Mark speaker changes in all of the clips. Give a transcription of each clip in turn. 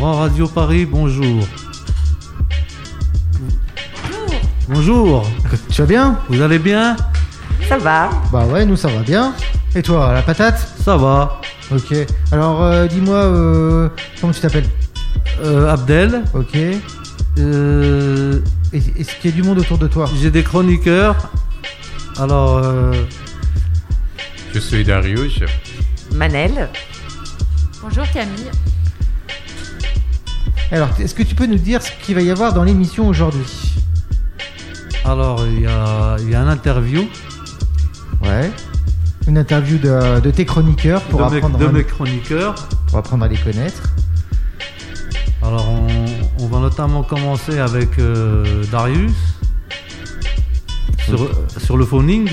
Speaker 1: Radio Paris, bonjour. Bonjour.
Speaker 2: Tu vas bien
Speaker 1: Vous allez bien
Speaker 3: Ça va
Speaker 2: Bah ouais, nous ça va bien. Et toi, la patate
Speaker 1: Ça va.
Speaker 2: Ok. Alors euh, dis-moi, euh, comment tu t'appelles
Speaker 1: Euh, Abdel,
Speaker 2: Ok. Et-
Speaker 1: euh,
Speaker 2: Est-ce qu'il y a du monde autour de toi
Speaker 1: j'ai des chroniqueurs. Alors, euh,
Speaker 4: Je suis Darius.
Speaker 3: Manel
Speaker 5: Bonjour Camille.
Speaker 2: Alors, est-ce que tu peux nous dire ce qu'il va y avoir dans l'émission aujourd'hui
Speaker 1: alors il y a, il y a un interview
Speaker 2: Ouais. Une interview de, de tes chroniqueurs pour,
Speaker 1: de, mes,
Speaker 2: apprendre
Speaker 1: de
Speaker 2: à,
Speaker 1: mes chroniqueurs.
Speaker 2: pour apprendre à les connaître.
Speaker 1: Alors, on, on va notamment commencer avec euh, Darius sur, sur le phoning.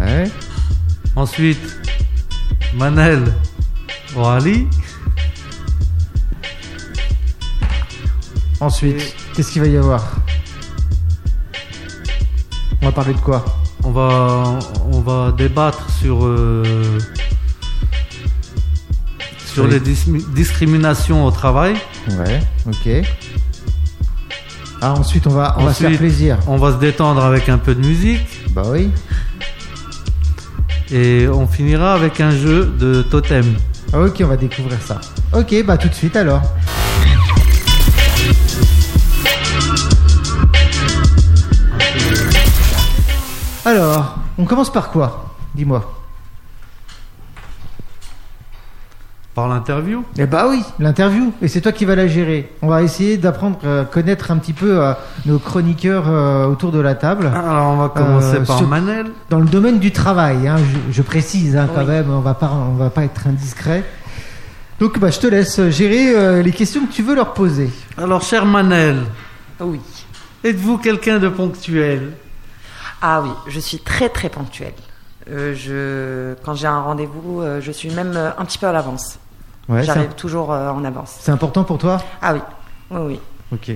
Speaker 2: Ouais.
Speaker 1: Ensuite, Manel Orali.
Speaker 2: Ensuite, qu'est-ce qu'il va y avoir On va parler de quoi
Speaker 1: On va, on va débattre sur, euh, sur
Speaker 2: Oui.
Speaker 1: les dismi- discriminations au travail.
Speaker 2: Ouais. Ok. Ah, ensuite, on va, on va se faire
Speaker 1: Ensuite-
Speaker 2: plaisir.
Speaker 1: On va se détendre avec un peu de musique.
Speaker 2: Bah oui.
Speaker 1: Et on finira avec un jeu de totem.
Speaker 2: Ok, on va découvrir ça. Ok, bah tout de suite alors. Alors, on commence par quoi Dis-moi.
Speaker 1: Par l'interview
Speaker 2: Eh bah oui, l'interview. Et c'est toi qui vas la gérer. On va essayer d'apprendre à connaître un petit peu euh, nos chroniqueurs euh, autour de la table.
Speaker 1: Alors on va commencer
Speaker 2: Euh,
Speaker 1: par
Speaker 2: sur-
Speaker 1: Manel.
Speaker 2: Dans le domaine du travail, hein, je, je précise hein, quand
Speaker 3: Oui.
Speaker 2: même, on va pas, on va pas être indiscret. Donc bah, je te laisse gérer euh, les questions que tu veux leur poser.
Speaker 1: Alors cher Manel,
Speaker 3: Oui.
Speaker 1: êtes-vous quelqu'un de ponctuel
Speaker 3: Ah oui, je suis très très ponctuelle. Euh, je, quand j'ai un rendez-vous, euh, je suis même euh, un petit peu à l'avance.
Speaker 2: Ouais, c'est
Speaker 3: J'arrive toujours euh, en avance.
Speaker 2: c'est important pour toi
Speaker 3: Ah oui, oui,
Speaker 2: Ok.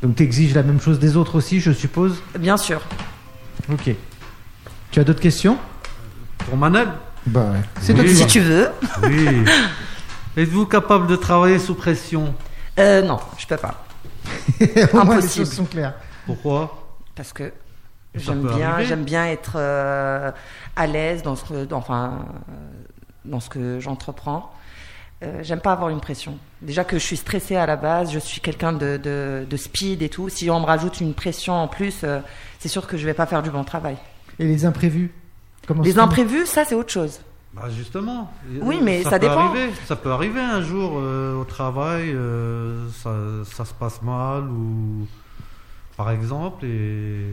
Speaker 2: Donc t'exiges la même chose des autres aussi, je suppose
Speaker 3: oui. Bien sûr.
Speaker 2: Ok. Tu as d'autres questions
Speaker 1: Pour Manel
Speaker 2: Bah ouais. C'est toi
Speaker 1: Oui.
Speaker 2: qui
Speaker 3: Si
Speaker 2: vois.
Speaker 3: tu veux.
Speaker 1: Oui. Êtes-vous capable de travailler sous pression
Speaker 3: Euh, non, je peux pas.
Speaker 2: Au moins, les
Speaker 3: Impossible.
Speaker 2: choses sont claires.
Speaker 1: Pourquoi
Speaker 3: Parce que
Speaker 1: Ça
Speaker 3: j'aime
Speaker 1: peut
Speaker 3: bien,
Speaker 1: arriver.
Speaker 3: j'aime bien être euh, à l'aise dans ce que, dans- enfin, euh, dans ce que j'entreprends. Euh, j'aime pas avoir une pression. Déjà que je suis stressée à la base, je suis quelqu'un de, de, de speed et tout. Si on me rajoute une pression en plus, euh, c'est sûr que je vais pas faire du bon travail.
Speaker 2: Et les imprévus Comment
Speaker 3: Les
Speaker 2: ça-
Speaker 3: imprévus, ça c'est autre chose.
Speaker 1: Bah justement.
Speaker 3: Oui, mais ça
Speaker 1: peut
Speaker 3: dépend.
Speaker 1: arriver. Ça peut arriver un jour euh, au travail, euh, ça, ça se passe mal ou par exemple et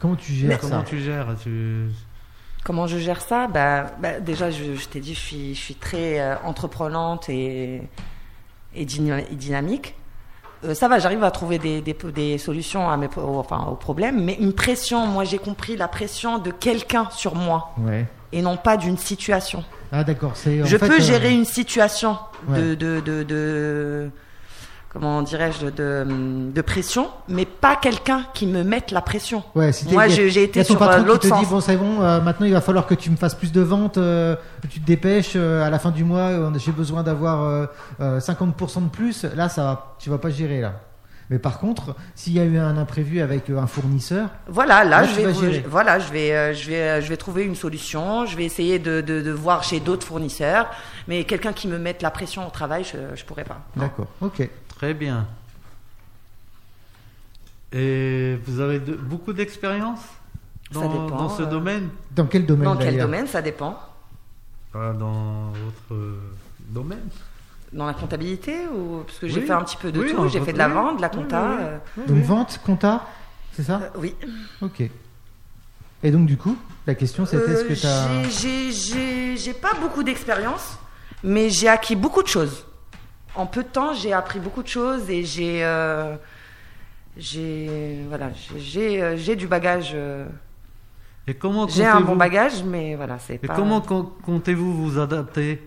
Speaker 2: Comment tu gères
Speaker 1: comment
Speaker 2: ça
Speaker 1: tu gères tu...
Speaker 3: Comment je gère ça bah, bah, Déjà, je, je t'ai dit, je suis, je suis très euh, entreprenante et, et, dyna- et dynamique. Euh, ça va, j'arrive à trouver des, des, des solutions à mes, pro- enfin, aux problèmes, mais une pression, moi j'ai compris la pression de quelqu'un sur moi
Speaker 2: Ouais.
Speaker 3: et non pas d'une situation.
Speaker 2: Ah d'accord, c'est... en
Speaker 3: je
Speaker 2: fait,
Speaker 3: peux
Speaker 2: euh,
Speaker 3: gérer une situation de,
Speaker 2: Ouais.
Speaker 3: de, de, de- comment dirais-je, de, de, de pression, mais pas quelqu'un qui me mette la pression.
Speaker 2: Ouais, si t'es-
Speaker 3: Moi,
Speaker 2: y a-
Speaker 3: j'ai- j'ai été
Speaker 2: y a ton
Speaker 3: sur,
Speaker 2: patron
Speaker 3: euh,
Speaker 2: qui
Speaker 3: l'autre
Speaker 2: te dit
Speaker 3: sens.
Speaker 2: bon c'est bon euh, maintenant il va falloir que tu me fasses plus de ventes euh, tu te dépêches euh, à la fin du mois euh, j'ai besoin d'avoir euh, euh, 50% de plus là ça va tu vas pas gérer là mais par contre s'il y a eu un imprévu avec euh, un fournisseur
Speaker 3: Voilà, là,
Speaker 2: Là,
Speaker 3: je
Speaker 2: tu vas
Speaker 3: vais,
Speaker 2: gérer.
Speaker 3: je- voilà, je vais, euh, je vais, euh, je vais trouver une solution. Je vais essayer de, de, de voir chez d'autres fournisseurs, mais quelqu'un qui me mette la pression au travail, je, je pourrais pas.
Speaker 2: d'accord ok
Speaker 1: Très bien. Et vous avez de- beaucoup d'expérience
Speaker 3: Ça
Speaker 1: dans,
Speaker 3: dépend,
Speaker 1: dans ce
Speaker 3: euh.
Speaker 1: domaine
Speaker 2: dans quel domaine
Speaker 3: Dans quel
Speaker 2: d'ailleurs
Speaker 3: domaine Ça dépend.
Speaker 1: Voilà, Dans votre euh, domaine
Speaker 3: Dans la comptabilité ou parce que j'ai
Speaker 1: Oui.
Speaker 3: fait un petit peu de
Speaker 1: Oui, en
Speaker 3: tout. J'ai fait de la
Speaker 1: comptabilité.
Speaker 3: vente, de la compta.
Speaker 1: Oui, oui, oui.
Speaker 3: euh,
Speaker 2: donc vente compta c'est ça
Speaker 3: euh, oui.
Speaker 2: ok et donc du coup la question c'était est-ce
Speaker 3: Euh,
Speaker 2: que t'as
Speaker 3: j'ai- j'ai- j'ai- J'ai pas beaucoup d'expérience, mais j'ai acquis beaucoup de choses. En peu de temps, j'ai appris beaucoup de choses et j'ai. euh, j'ai voilà, j'ai- j'ai euh, j'ai du bagage. euh,
Speaker 1: Et comment
Speaker 3: J'ai un
Speaker 1: comptez-vous-
Speaker 3: bon bagage, mais voilà, c'est
Speaker 1: Et
Speaker 3: pas.
Speaker 1: comment com- comptez-vous vous adapter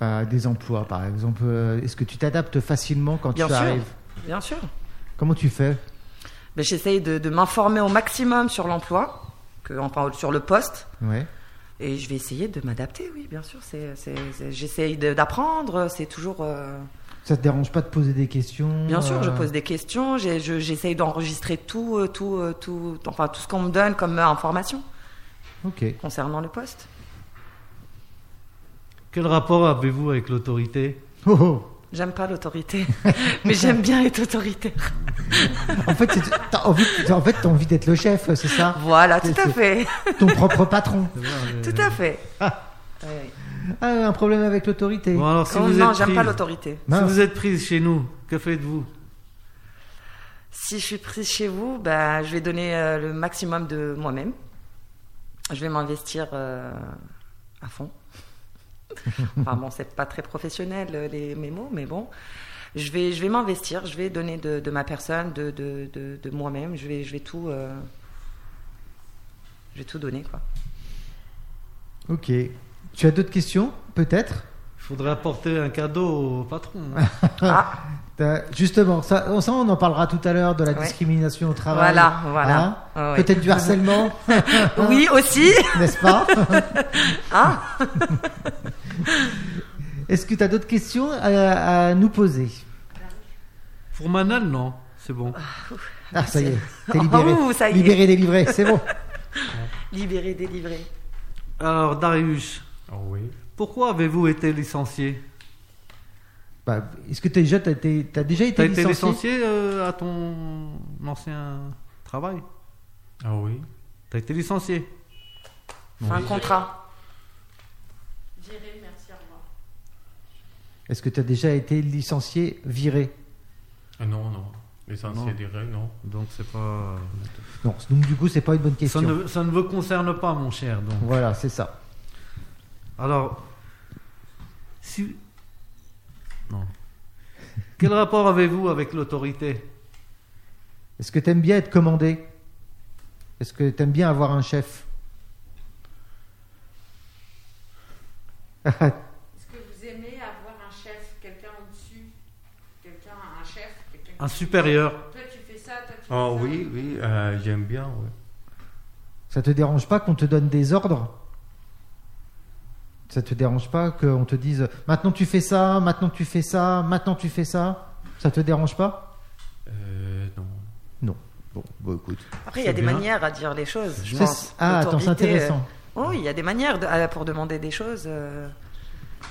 Speaker 2: Bah, des emplois par exemple euh, est-ce que tu t'adaptes facilement quand
Speaker 3: Bien
Speaker 2: tu
Speaker 3: sûr.
Speaker 2: arrives
Speaker 3: Bien sûr.
Speaker 2: comment tu fais
Speaker 3: Ben, J'essaye de, de m'informer au maximum sur l'emploi, que- enfin sur le poste.
Speaker 2: ouais
Speaker 3: Et je vais essayer de m'adapter, oui, bien sûr. c'est c'est- c'est- J'essaye de- d'apprendre, c'est toujours... euh,
Speaker 2: Ça te dérange pas de poser des questions
Speaker 3: Bien sûr, je
Speaker 2: euh,
Speaker 3: pose des questions, j'ai- je- j'essaye d'enregistrer tout, euh, tout, euh, tout, enfin tout ce qu'on me donne comme euh, information
Speaker 2: Ok.
Speaker 3: concernant le poste.
Speaker 1: Quel rapport avez-vous avec l'autorité
Speaker 2: Oh, oh.
Speaker 3: J'aime pas l'autorité, mais j'aime bien être autoritaire.
Speaker 2: En fait, c'est- t'as envie, t'as- en fait, t'as envie d'être le chef, c'est ça
Speaker 3: Voilà, tout
Speaker 2: C'est-
Speaker 3: à
Speaker 2: c'est-
Speaker 3: fait,
Speaker 2: Ton propre patron.
Speaker 3: tout à fait. Oui, oui.
Speaker 2: Ah, un problème avec l'autorité.
Speaker 1: Bon, alors, si
Speaker 3: Oh,
Speaker 1: vous
Speaker 3: non,
Speaker 1: êtes
Speaker 3: j'aime pas
Speaker 1: prise-
Speaker 3: l'autorité.
Speaker 1: Si
Speaker 2: Mince.
Speaker 1: vous êtes prise chez nous, que faites-vous
Speaker 3: Si je suis prise chez vous, bah, je vais donner euh, le maximum de moi-même. Je vais m'investir euh, à fond. Enfin bon, c'est pas très professionnel euh, les, mes mots, mais bon. Je vais, je vais m'investir, je vais donner de, de ma personne, de, de, de, de moi-même. Je vais, je vais tout. euh, je vais tout donner, quoi.
Speaker 2: Ok. Tu as d'autres questions, peut-être
Speaker 1: Il faudrait apporter un cadeau au patron. hein.
Speaker 3: Ah,
Speaker 2: T'as- Justement, ça, on- ça, on en parlera tout à l'heure de la
Speaker 3: Ouais.
Speaker 2: discrimination au travail.
Speaker 3: voilà, voilà.
Speaker 2: Hein
Speaker 3: Ah, ouais.
Speaker 2: Peut-être du harcèlement,
Speaker 3: Oui, aussi.
Speaker 2: n'est-ce pas
Speaker 3: Ah,
Speaker 2: Est-ce que tu as d'autres questions à, à nous poser
Speaker 1: Pour Manal, non. C'est bon.
Speaker 2: Ah, ça y est, t'es libéré.
Speaker 3: Ouh, ça y est.
Speaker 2: libéré, délivré, c'est bon.
Speaker 3: libéré, délivré.
Speaker 1: Alors, Darius,
Speaker 4: Oh oui.
Speaker 1: pourquoi avez-vous été licencié
Speaker 2: Bah, Est-ce que t'as déjà, t'as été- t'as déjà été
Speaker 1: T'as
Speaker 2: licencié
Speaker 1: été licencié euh, à ton ancien travail
Speaker 4: Ah oui.
Speaker 1: T'as été licencié
Speaker 3: Un contrat.
Speaker 5: J'irai, merci, au revoir.
Speaker 2: Est-ce que tu as déjà été licencié, viré
Speaker 4: Ah non, non. L'essentiel
Speaker 1: Non.
Speaker 4: dirait non.
Speaker 1: Donc, c'est pas.
Speaker 2: Non, donc du coup, c'est pas une bonne
Speaker 1: Ça
Speaker 2: question.
Speaker 1: ne, ça ne vous concerne pas, mon cher. Donc.
Speaker 2: Voilà, c'est ça.
Speaker 1: Alors, si. Non. Quel rapport avez-vous avec l'autorité
Speaker 2: Est-ce que tu aimes bien être commandé Est-ce que tu aimes bien avoir un chef
Speaker 5: Est-ce que vous aimez avoir un chef, quelqu'un au-dessus Quelqu'un, un chef quelqu'un
Speaker 1: Un supérieur
Speaker 5: Toi, tu fais ça, toi, tu fais
Speaker 4: Ah
Speaker 5: ça.
Speaker 4: oui, oui, euh, j'aime bien, oui.
Speaker 2: Ça te dérange pas qu'on te donne des ordres Ça te dérange pas qu'on te dise maintenant tu fais ça, maintenant tu fais ça, maintenant tu fais ça Ça te dérange pas
Speaker 4: Euh, non.
Speaker 2: Bon, bon écoute.
Speaker 3: Après, il y a
Speaker 1: C'est
Speaker 3: des
Speaker 1: bien.
Speaker 3: manières à dire les choses. Je
Speaker 2: Ça,
Speaker 3: pense.
Speaker 2: c'est- ah, attends, c'est
Speaker 3: Autorité, euh,
Speaker 2: intéressant.
Speaker 3: Oui, il y a des manières de- à- pour demander des choses. euh.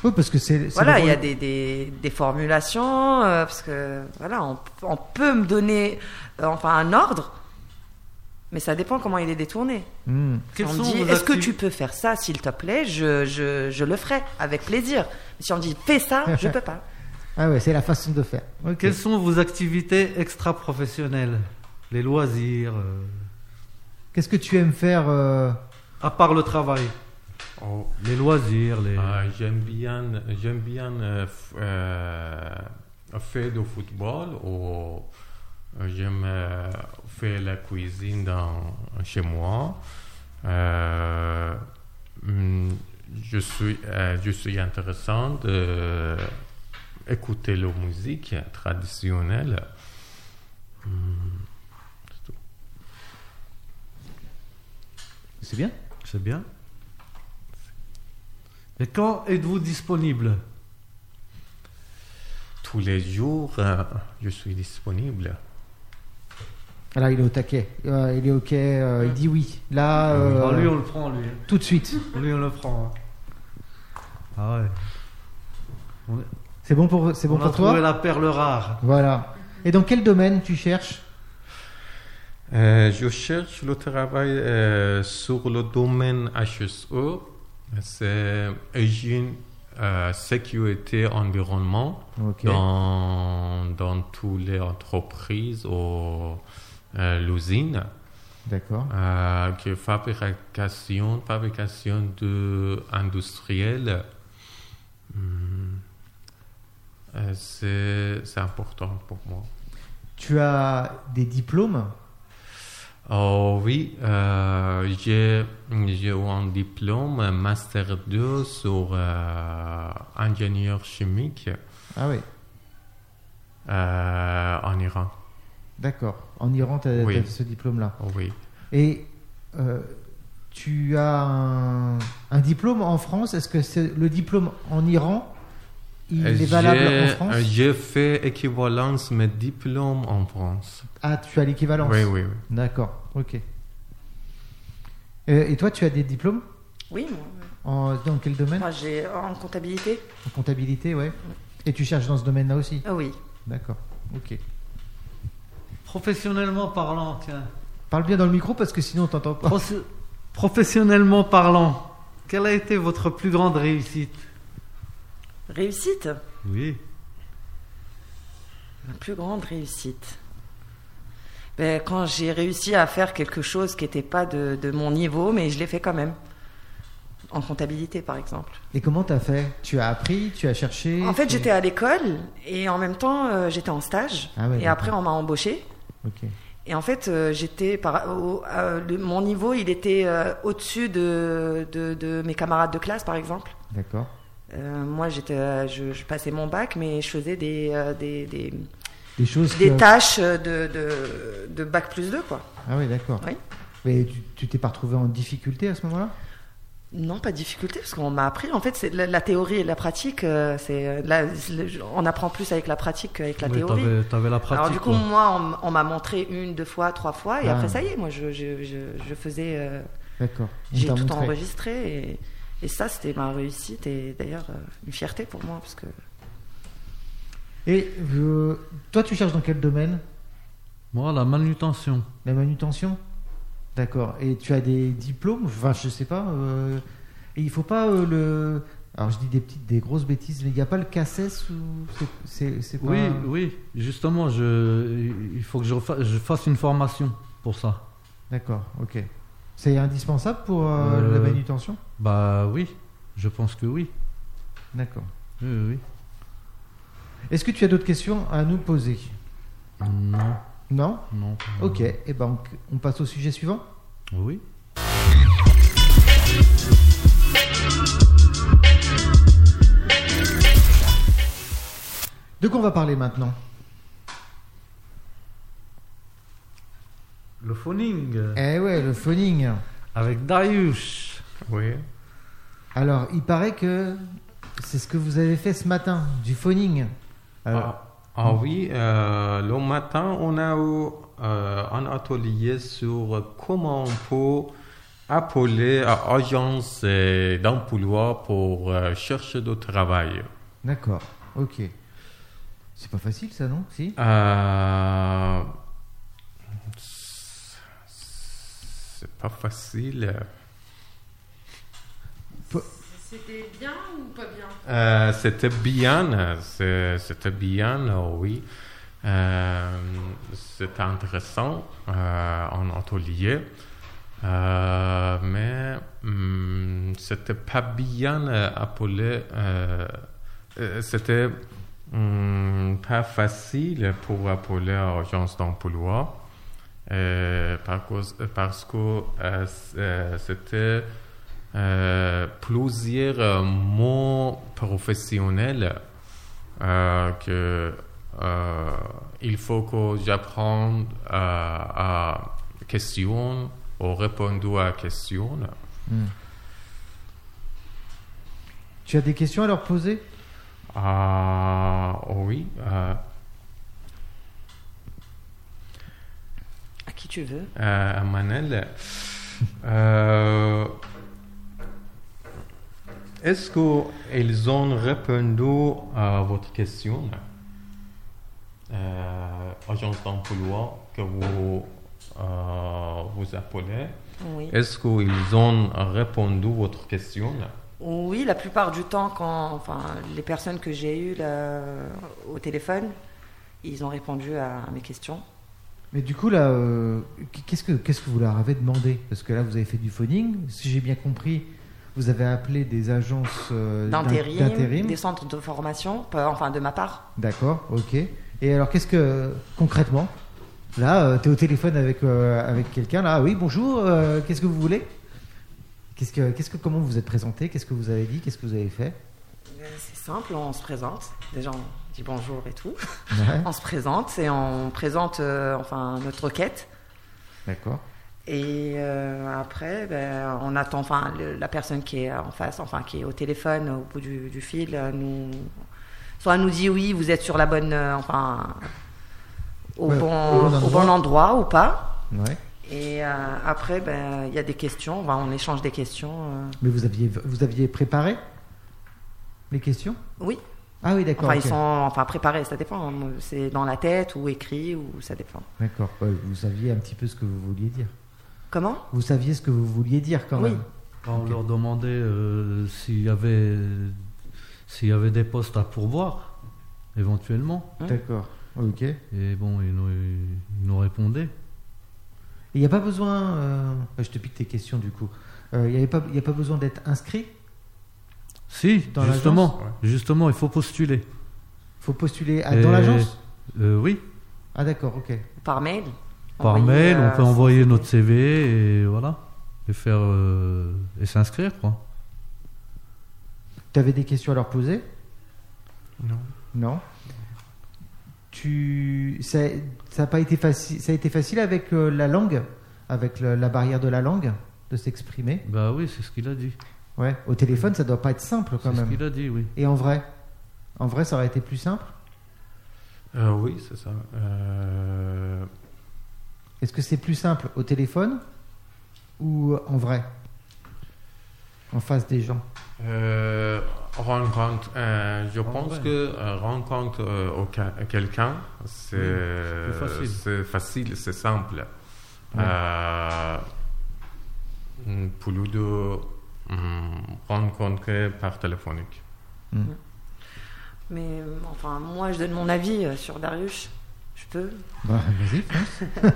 Speaker 2: Oui, parce que c'est. c'est
Speaker 3: Voilà,
Speaker 2: le
Speaker 3: il y a
Speaker 2: rôle-
Speaker 3: des, des, des formulations, euh, parce que voilà, on, on peut me donner euh, enfin un ordre, mais ça dépend comment il est détourné.
Speaker 2: Hmm.
Speaker 3: Si
Speaker 1: Quelles
Speaker 3: on
Speaker 1: sont
Speaker 3: me dit,
Speaker 1: vos
Speaker 3: est-ce que
Speaker 1: activi-
Speaker 3: tu peux faire ça, s'il te plaît je, je, je le ferai, avec plaisir. Mais si on me dit, fais ça, je peux pas.
Speaker 2: Ah ouais, c'est la façon de faire. Ok.
Speaker 1: Quelles sont vos activités extra-professionnelles Les loisirs euh,
Speaker 2: Qu'est-ce que tu aimes faire euh,
Speaker 1: À part le travail
Speaker 4: Oh.
Speaker 1: Les loisirs, les.
Speaker 4: Ah, j'aime bien, j'aime bien euh, f- euh, faire du football ou euh, j'aime euh, faire la cuisine dans, chez moi. Euh, hmm, je suis, euh, je suis intéressant d'écouter la musique traditionnelle.
Speaker 2: C'est bien.
Speaker 1: C'est bien. Et quand êtes-vous disponible
Speaker 4: Tous les jours, euh, je suis disponible.
Speaker 2: Là, il est au taquet. Euh, il est ok. euh, Il dit oui. Là, euh,
Speaker 1: Ah, Lui, on le prend, lui.
Speaker 2: tout de suite.
Speaker 1: Lui, on le prend. hein. Ah ouais.
Speaker 2: C'est bon pour, c'est bon
Speaker 1: on a
Speaker 2: pour toi.
Speaker 1: trouvé la perle rare.
Speaker 2: Voilà. Et dans quel domaine tu cherches
Speaker 4: Euh, je cherche le travail euh, sur le domaine HSE, c'est hygiène, euh, sécurité, environnement,
Speaker 2: Ok.
Speaker 4: dans, dans toutes les entreprises ou euh, l'usine,
Speaker 2: D'accord.
Speaker 4: euh, que fabrication, fabrication de industrielle. Hmm. Euh, c'est c'est important pour moi.
Speaker 2: Tu as des diplômes
Speaker 4: Oh oui, euh, j'ai j'ai eu un diplôme un Master 2 sur euh, ingénieur chimique
Speaker 2: Ah oui.
Speaker 4: euh, en Iran. Oh
Speaker 2: D'accord. En Iran, tu as,
Speaker 4: Oui.
Speaker 2: ce diplôme-là.
Speaker 4: Oh oui.
Speaker 2: Et euh, tu tu as un, un diplôme en France, est-ce que c'est le diplôme en Iran, il est valable en France
Speaker 4: J'ai- J'ai fait équivalence mes diplômes en France.
Speaker 2: Ah, tu as l'équivalence.
Speaker 4: Oui, oui, oui.
Speaker 2: D'accord, ok. Euh, et toi, tu as des diplômes
Speaker 3: Oui, moi,
Speaker 2: en, dans quel domaine
Speaker 3: moi j'ai en comptabilité.
Speaker 2: En comptabilité, ouais. Et tu cherches dans ce domaine-là aussi
Speaker 3: Ah oui.
Speaker 2: D'accord, ok.
Speaker 1: Professionnellement parlant, tiens.
Speaker 2: Parle bien dans le micro parce que sinon on t'entend pas.
Speaker 1: Prof- Professionnellement parlant, quelle a été votre plus grande réussite
Speaker 3: Réussite
Speaker 1: Oui.
Speaker 3: La plus grande réussite. Ben, quand j'ai réussi à faire quelque chose qui n'était pas de, de mon niveau, mais je l'ai fait quand même. En comptabilité, par exemple.
Speaker 2: Et comment t'as fait Tu as appris, tu as cherché
Speaker 3: En fait,
Speaker 2: tu-
Speaker 3: j'étais à l'école et en même temps, euh, j'étais en stage.
Speaker 2: Ah ouais,
Speaker 3: et
Speaker 2: d'accord.
Speaker 3: après, on m'a embauchée.
Speaker 2: Ok.
Speaker 3: Et en fait, euh, j'étais par, au- euh, le- mon niveau, il était euh, au-dessus de, de, de mes camarades de classe, par exemple.
Speaker 2: D'accord.
Speaker 3: Euh, moi, j'étais, euh, je, je passais mon bac, mais je faisais des, euh, des, des,
Speaker 2: Des choses.
Speaker 3: des
Speaker 2: que-
Speaker 3: tâches euh, de, de, de bac plus 2, quoi.
Speaker 2: Ah oui, d'accord.
Speaker 3: Oui.
Speaker 2: Mais tu- tu t'es pas retrouvé en difficulté à ce moment-là
Speaker 3: Non, pas de difficulté, parce qu'on m'a appris. En fait, c'est la, la théorie et la pratique, euh, c'est euh, la- c'est le- on apprend plus avec la pratique qu'avec la
Speaker 1: Oui,
Speaker 3: théorie.
Speaker 1: t'avais, t'avais la pratique.
Speaker 3: Alors du coup,
Speaker 1: quoi.
Speaker 3: moi, on, m- on m'a montré une, deux fois, trois fois, et
Speaker 2: Ah.
Speaker 3: après ça y est, moi, je, je, je, je faisais, euh,
Speaker 2: D'accord. On
Speaker 3: j'ai
Speaker 2: t'a
Speaker 3: tout
Speaker 2: montré.
Speaker 3: enregistré, et, et ça, c'était ma réussite, et d'ailleurs euh, une fierté pour moi, parce que
Speaker 2: Et euh, toi, tu cherches dans quel domaine
Speaker 1: Moi, la manutention.
Speaker 2: La manutention D'accord. Et tu as des diplômes Enfin, je sais pas. euh, Et il faut pas euh, le. Alors, je dis des petites, des grosses bêtises, mais il n'y a pas le KSS ou c'est- c'est c'est pas.
Speaker 1: Oui, oui. Justement, je, il faut que je, refa- je fasse une formation pour ça.
Speaker 2: D'accord. Ok. C'est indispensable pour euh,
Speaker 1: Euh,
Speaker 2: la manutention
Speaker 1: Bah oui, je pense que oui.
Speaker 2: D'accord.
Speaker 1: Oui, oui.
Speaker 2: Est-ce que tu as d'autres questions à nous poser
Speaker 1: oui. Non,
Speaker 2: Non
Speaker 1: non.
Speaker 2: Ok. Et ben, on- on passe au sujet suivant.
Speaker 1: Oui.
Speaker 2: De quoi on va parler maintenant
Speaker 1: Le phoning euh,
Speaker 2: Eh ouais, le phoning.
Speaker 1: avec Darius.
Speaker 4: Oui.
Speaker 2: Alors, il paraît que c'est ce que vous avez fait ce matin, du phoning. Euh, Alors,
Speaker 4: Ah, ah oui, euh, le matin, on a eu euh, un atelier sur comment on peut appeler à agence euh, d'emploi pour euh, chercher du travail.
Speaker 2: D'accord, ok. C'est pas facile ça, non Si
Speaker 4: Euh, c'est- c'est pas facile.
Speaker 5: C'était bien ou pas bien
Speaker 4: Euh, c'était bien, euh, c'est- c'était bien, euh, oui. Euh, c'était intéressant euh, en atelier, Euh, mais hum, c'était pas bien euh, appelé. euh, euh, c'était hum, pas facile pour appeler à l'agence d'emploi euh, par cause- parce que euh, c- euh, c'était euh, plusieurs euh, mots professionnels euh, que euh, il faut que j'apprenne euh, à questions ou répondre à questions.
Speaker 2: Hmm. Tu as des questions à leur poser
Speaker 4: Ah oui. euh,
Speaker 3: à qui tu veux.
Speaker 4: Euh, à Manel. Euh, Est-ce qu'ils ont répondu à votre question euh, Agence d'emploi que vous, euh, vous appelez.
Speaker 3: Oui.
Speaker 4: Est-ce qu'ils ont répondu à votre question
Speaker 3: Oui, la plupart du temps, quand, enfin, les personnes que j'ai eues là, au téléphone, ils ont répondu à mes questions.
Speaker 2: Mais du coup, là, euh, qu'est-ce que qu'est-ce que vous leur avez demandé Parce que là, vous avez fait du phoning. Si j'ai bien compris, vous avez appelé des agences euh, d'in-
Speaker 3: D'intérim, des centres de formation, pas- enfin de ma part.
Speaker 2: D'accord, ok. Et alors, qu'est-ce que concrètement Là, tu es au téléphone avec, euh, avec quelqu'un. Là, oui, bonjour, euh, qu'est-ce que vous voulez Qu'est-ce que, qu'est-ce que, comment vous vous êtes présenté Qu'est-ce que vous avez dit Qu'est-ce que vous avez fait
Speaker 3: Euh, C'est simple, on se présente. Déjà, on dit bonjour et tout.
Speaker 2: Ouais,
Speaker 3: On se présente et on présente euh, enfin notre requête.
Speaker 2: D'accord.
Speaker 3: Et euh, après, ben, on attend, enfin, le- la personne qui est en face, enfin, qui est au téléphone, au bout du, du fil, euh, nous, soit elle nous dit oui, vous êtes sur la bonne, euh, enfin, au,
Speaker 2: Ouais,
Speaker 3: bon,
Speaker 2: au bon
Speaker 3: au bon
Speaker 2: endroit.
Speaker 3: endroit ou pas.
Speaker 2: Ouais.
Speaker 3: Et euh, après, ben, il y a des questions, ben, on échange des questions. euh.
Speaker 2: Mais vous aviez, vous aviez préparé les questions
Speaker 3: Oui,
Speaker 2: Ah oui, d'accord.
Speaker 3: enfin,
Speaker 2: ok.
Speaker 3: ils sont enfin, préparés, ça dépend. hein. C'est dans la tête ou écrit, ou ça dépend.
Speaker 2: D'accord. Ouais, vous saviez un petit peu ce que vous vouliez dire.
Speaker 3: Comment
Speaker 2: Vous saviez ce que vous vouliez dire quand
Speaker 3: Oui.
Speaker 2: même.
Speaker 1: On
Speaker 2: Ok.
Speaker 1: leur demandait euh, s'il y avait s'il y avait des postes à pourvoir, éventuellement.
Speaker 3: Hmm.
Speaker 2: D'accord. Ok. Et
Speaker 1: Et bon, ils nous, ils nous répondaient.
Speaker 2: il n'y a pas besoin. euh, ah, Je te pique tes questions du coup. Euh, Il n'y avait pas, il y a pas besoin d'être inscrit.
Speaker 1: Si,
Speaker 2: Dans
Speaker 1: justement,
Speaker 4: l'agence
Speaker 1: justement, il faut postuler.
Speaker 2: Faut postuler à-
Speaker 1: Et-
Speaker 2: dans l'agence.
Speaker 1: Euh, oui,
Speaker 2: Ah d'accord. Ok.
Speaker 3: Par mail
Speaker 1: par
Speaker 3: Envoyer,
Speaker 1: mail,
Speaker 3: euh,
Speaker 1: on peut envoyer notre CV et voilà, et faire euh, et s'inscrire quoi.
Speaker 2: Tu avais des questions à leur poser
Speaker 4: Non.
Speaker 2: Non. Tu, ça, ça a pas été facile. Ça a été facile avec euh, la langue, avec le- la barrière de la langue, de s'exprimer.
Speaker 1: Bah oui, c'est ce qu'il a dit.
Speaker 2: Ouais. Au téléphone, ça doit pas être simple
Speaker 1: C'est
Speaker 2: quand
Speaker 1: ce
Speaker 2: même.
Speaker 1: qu'il a dit, oui.
Speaker 2: Et en vrai, en vrai, ça aurait été plus simple.
Speaker 4: Euh, oui, c'est ça. Euh,
Speaker 2: Est-ce que c'est plus simple au téléphone ou en vrai, en face des gens
Speaker 4: euh, rencontre, euh, je pense
Speaker 1: vrai.
Speaker 4: que euh, rencontre euh, aucun- quelqu'un, c'est
Speaker 1: c'est plus facile.
Speaker 4: c'est facile, c'est simple.
Speaker 2: Ouais.
Speaker 4: Euh, mm, pour nous deux, mm, rencontrer par téléphonique.
Speaker 3: Mais euh, enfin, moi, je donne mon avis euh, sur Darius. Je peux.
Speaker 2: Bah, Vas-y, fonce.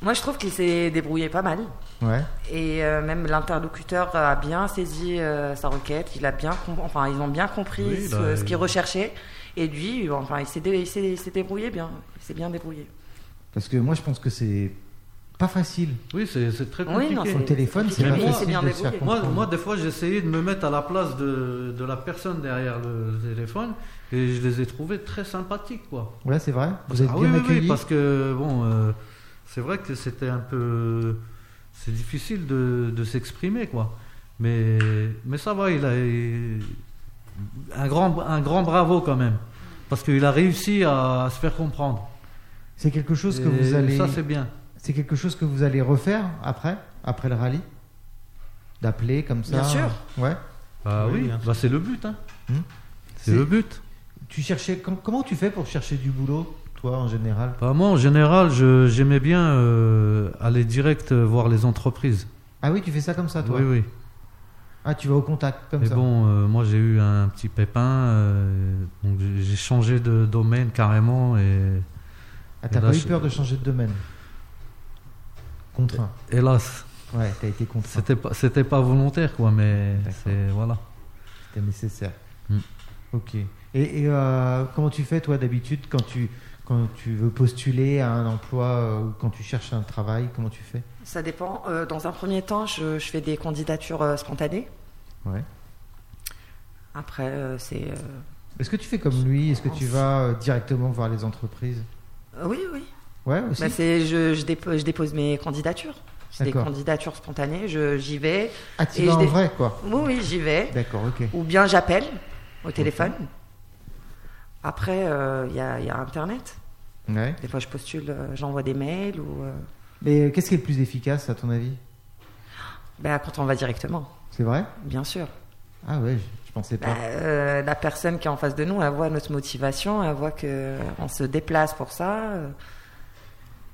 Speaker 3: Moi, je trouve qu'il s'est débrouillé pas mal.
Speaker 2: Ouais.
Speaker 3: Et euh, même l'interlocuteur a bien saisi euh, sa requête. Il a bien com- enfin, ils ont bien compris
Speaker 1: Oui,
Speaker 3: ce,
Speaker 1: bah,
Speaker 3: ce qu'il
Speaker 1: il-
Speaker 3: recherchait. Et lui, euh, enfin, il s'est dé- il s'est- il s'est débrouillé bien. Il s'est bien débrouillé.
Speaker 2: Parce que moi, je pense que c'est pas facile.
Speaker 1: Oui, c'est c'est très
Speaker 3: Oui,
Speaker 1: compliqué.
Speaker 3: non,
Speaker 2: Au téléphone, c'est
Speaker 1: Mais
Speaker 2: pas
Speaker 1: moi,
Speaker 2: facile
Speaker 3: c'est bien
Speaker 2: de se faire
Speaker 3: débrouillé.
Speaker 1: Moi,
Speaker 2: comprendre.
Speaker 1: moi, des fois, j'essayais de me mettre à la place de, de la personne derrière le téléphone et je les ai trouvés très sympathiques, quoi.
Speaker 2: Ouais, c'est vrai. Vous êtes
Speaker 1: Ah oui, oui,
Speaker 2: bien
Speaker 1: oui,
Speaker 2: accueillis.
Speaker 1: parce que, bon, euh, c'est vrai que c'était un peu... C'est difficile de, de s'exprimer, quoi. Mais, mais ça va, il a... il- un, grand, un grand bravo, quand même. Parce qu'il a réussi à, se faire comprendre.
Speaker 2: C'est quelque chose que
Speaker 1: Et
Speaker 2: vous allez.
Speaker 1: Ça, c'est bien.
Speaker 2: C'est quelque chose que vous allez refaire après, après le rallye D'appeler comme ça
Speaker 3: Bien sûr.
Speaker 2: Ouais.
Speaker 1: Bah
Speaker 4: Oui,
Speaker 1: oui,
Speaker 4: bien sûr.
Speaker 1: bah, c'est le but, hein.
Speaker 2: Hmm.
Speaker 1: C'est
Speaker 2: C'est-
Speaker 1: le but.
Speaker 2: Tu cherchais. com- comment tu fais pour chercher du boulot, toi, en général
Speaker 1: Bah, moi, en général, je- j'aimais bien euh, aller direct euh, voir les entreprises.
Speaker 2: Ah oui, tu fais ça comme ça, toi
Speaker 1: Oui, oui.
Speaker 2: Ah, tu vas au contact, comme
Speaker 1: Mais
Speaker 2: ça.
Speaker 1: bon, euh, moi, j'ai eu un petit pépin, euh, donc j'ai- j'ai changé de domaine carrément. Et
Speaker 2: Ah, t'as
Speaker 1: Et là,
Speaker 2: pas eu
Speaker 1: je-
Speaker 2: peur de changer de domaine Contraint.
Speaker 1: hélas,
Speaker 2: Ouais, t'as été contraint.
Speaker 1: c'était pas, c'était pas volontaire, quoi, mais
Speaker 2: D'accord.
Speaker 1: c'est voilà.
Speaker 2: C'était nécessaire.
Speaker 1: Hmm.
Speaker 2: Ok. Et, et, euh, comment tu fais, toi, d'habitude, quand tu, quand tu veux postuler à un emploi euh, ou quand tu cherches un travail Comment tu fais
Speaker 3: Ça dépend. Euh, dans un premier temps, je, je fais des candidatures euh, spontanées.
Speaker 2: Ouais.
Speaker 3: Après, euh, c'est. euh,
Speaker 2: Est-ce que tu fais comme lui Est-ce que tu vas euh, directement voir les entreprises
Speaker 3: euh, Oui, oui.
Speaker 2: Ouais, aussi.
Speaker 3: Bah, c'est, je, je, dépose, je dépose mes candidatures. C'est des
Speaker 2: D'accord.
Speaker 3: candidatures spontanées. Je, j'y vais.
Speaker 2: Ah, tu
Speaker 3: et
Speaker 2: vas
Speaker 3: je
Speaker 2: en
Speaker 3: dé-
Speaker 2: vrai, quoi.
Speaker 3: Oui, oui, j'y vais.
Speaker 2: D'accord, ok.
Speaker 3: Ou bien j'appelle au téléphone. Après, euh, il y, a, il y a Internet.
Speaker 2: Ouais.
Speaker 3: Des fois, je postule, euh, j'envoie des mails ou. euh,
Speaker 2: Mais euh, qu'est-ce qui est le plus efficace, à ton avis
Speaker 3: bah, quand on va directement,
Speaker 2: C'est vrai
Speaker 3: bien sûr.
Speaker 2: Ah ouais, je, je pensais
Speaker 3: Bah,
Speaker 2: pas.
Speaker 3: euh, la personne qui est en face de nous, elle voit notre motivation, elle voit que on se déplace pour ça, euh,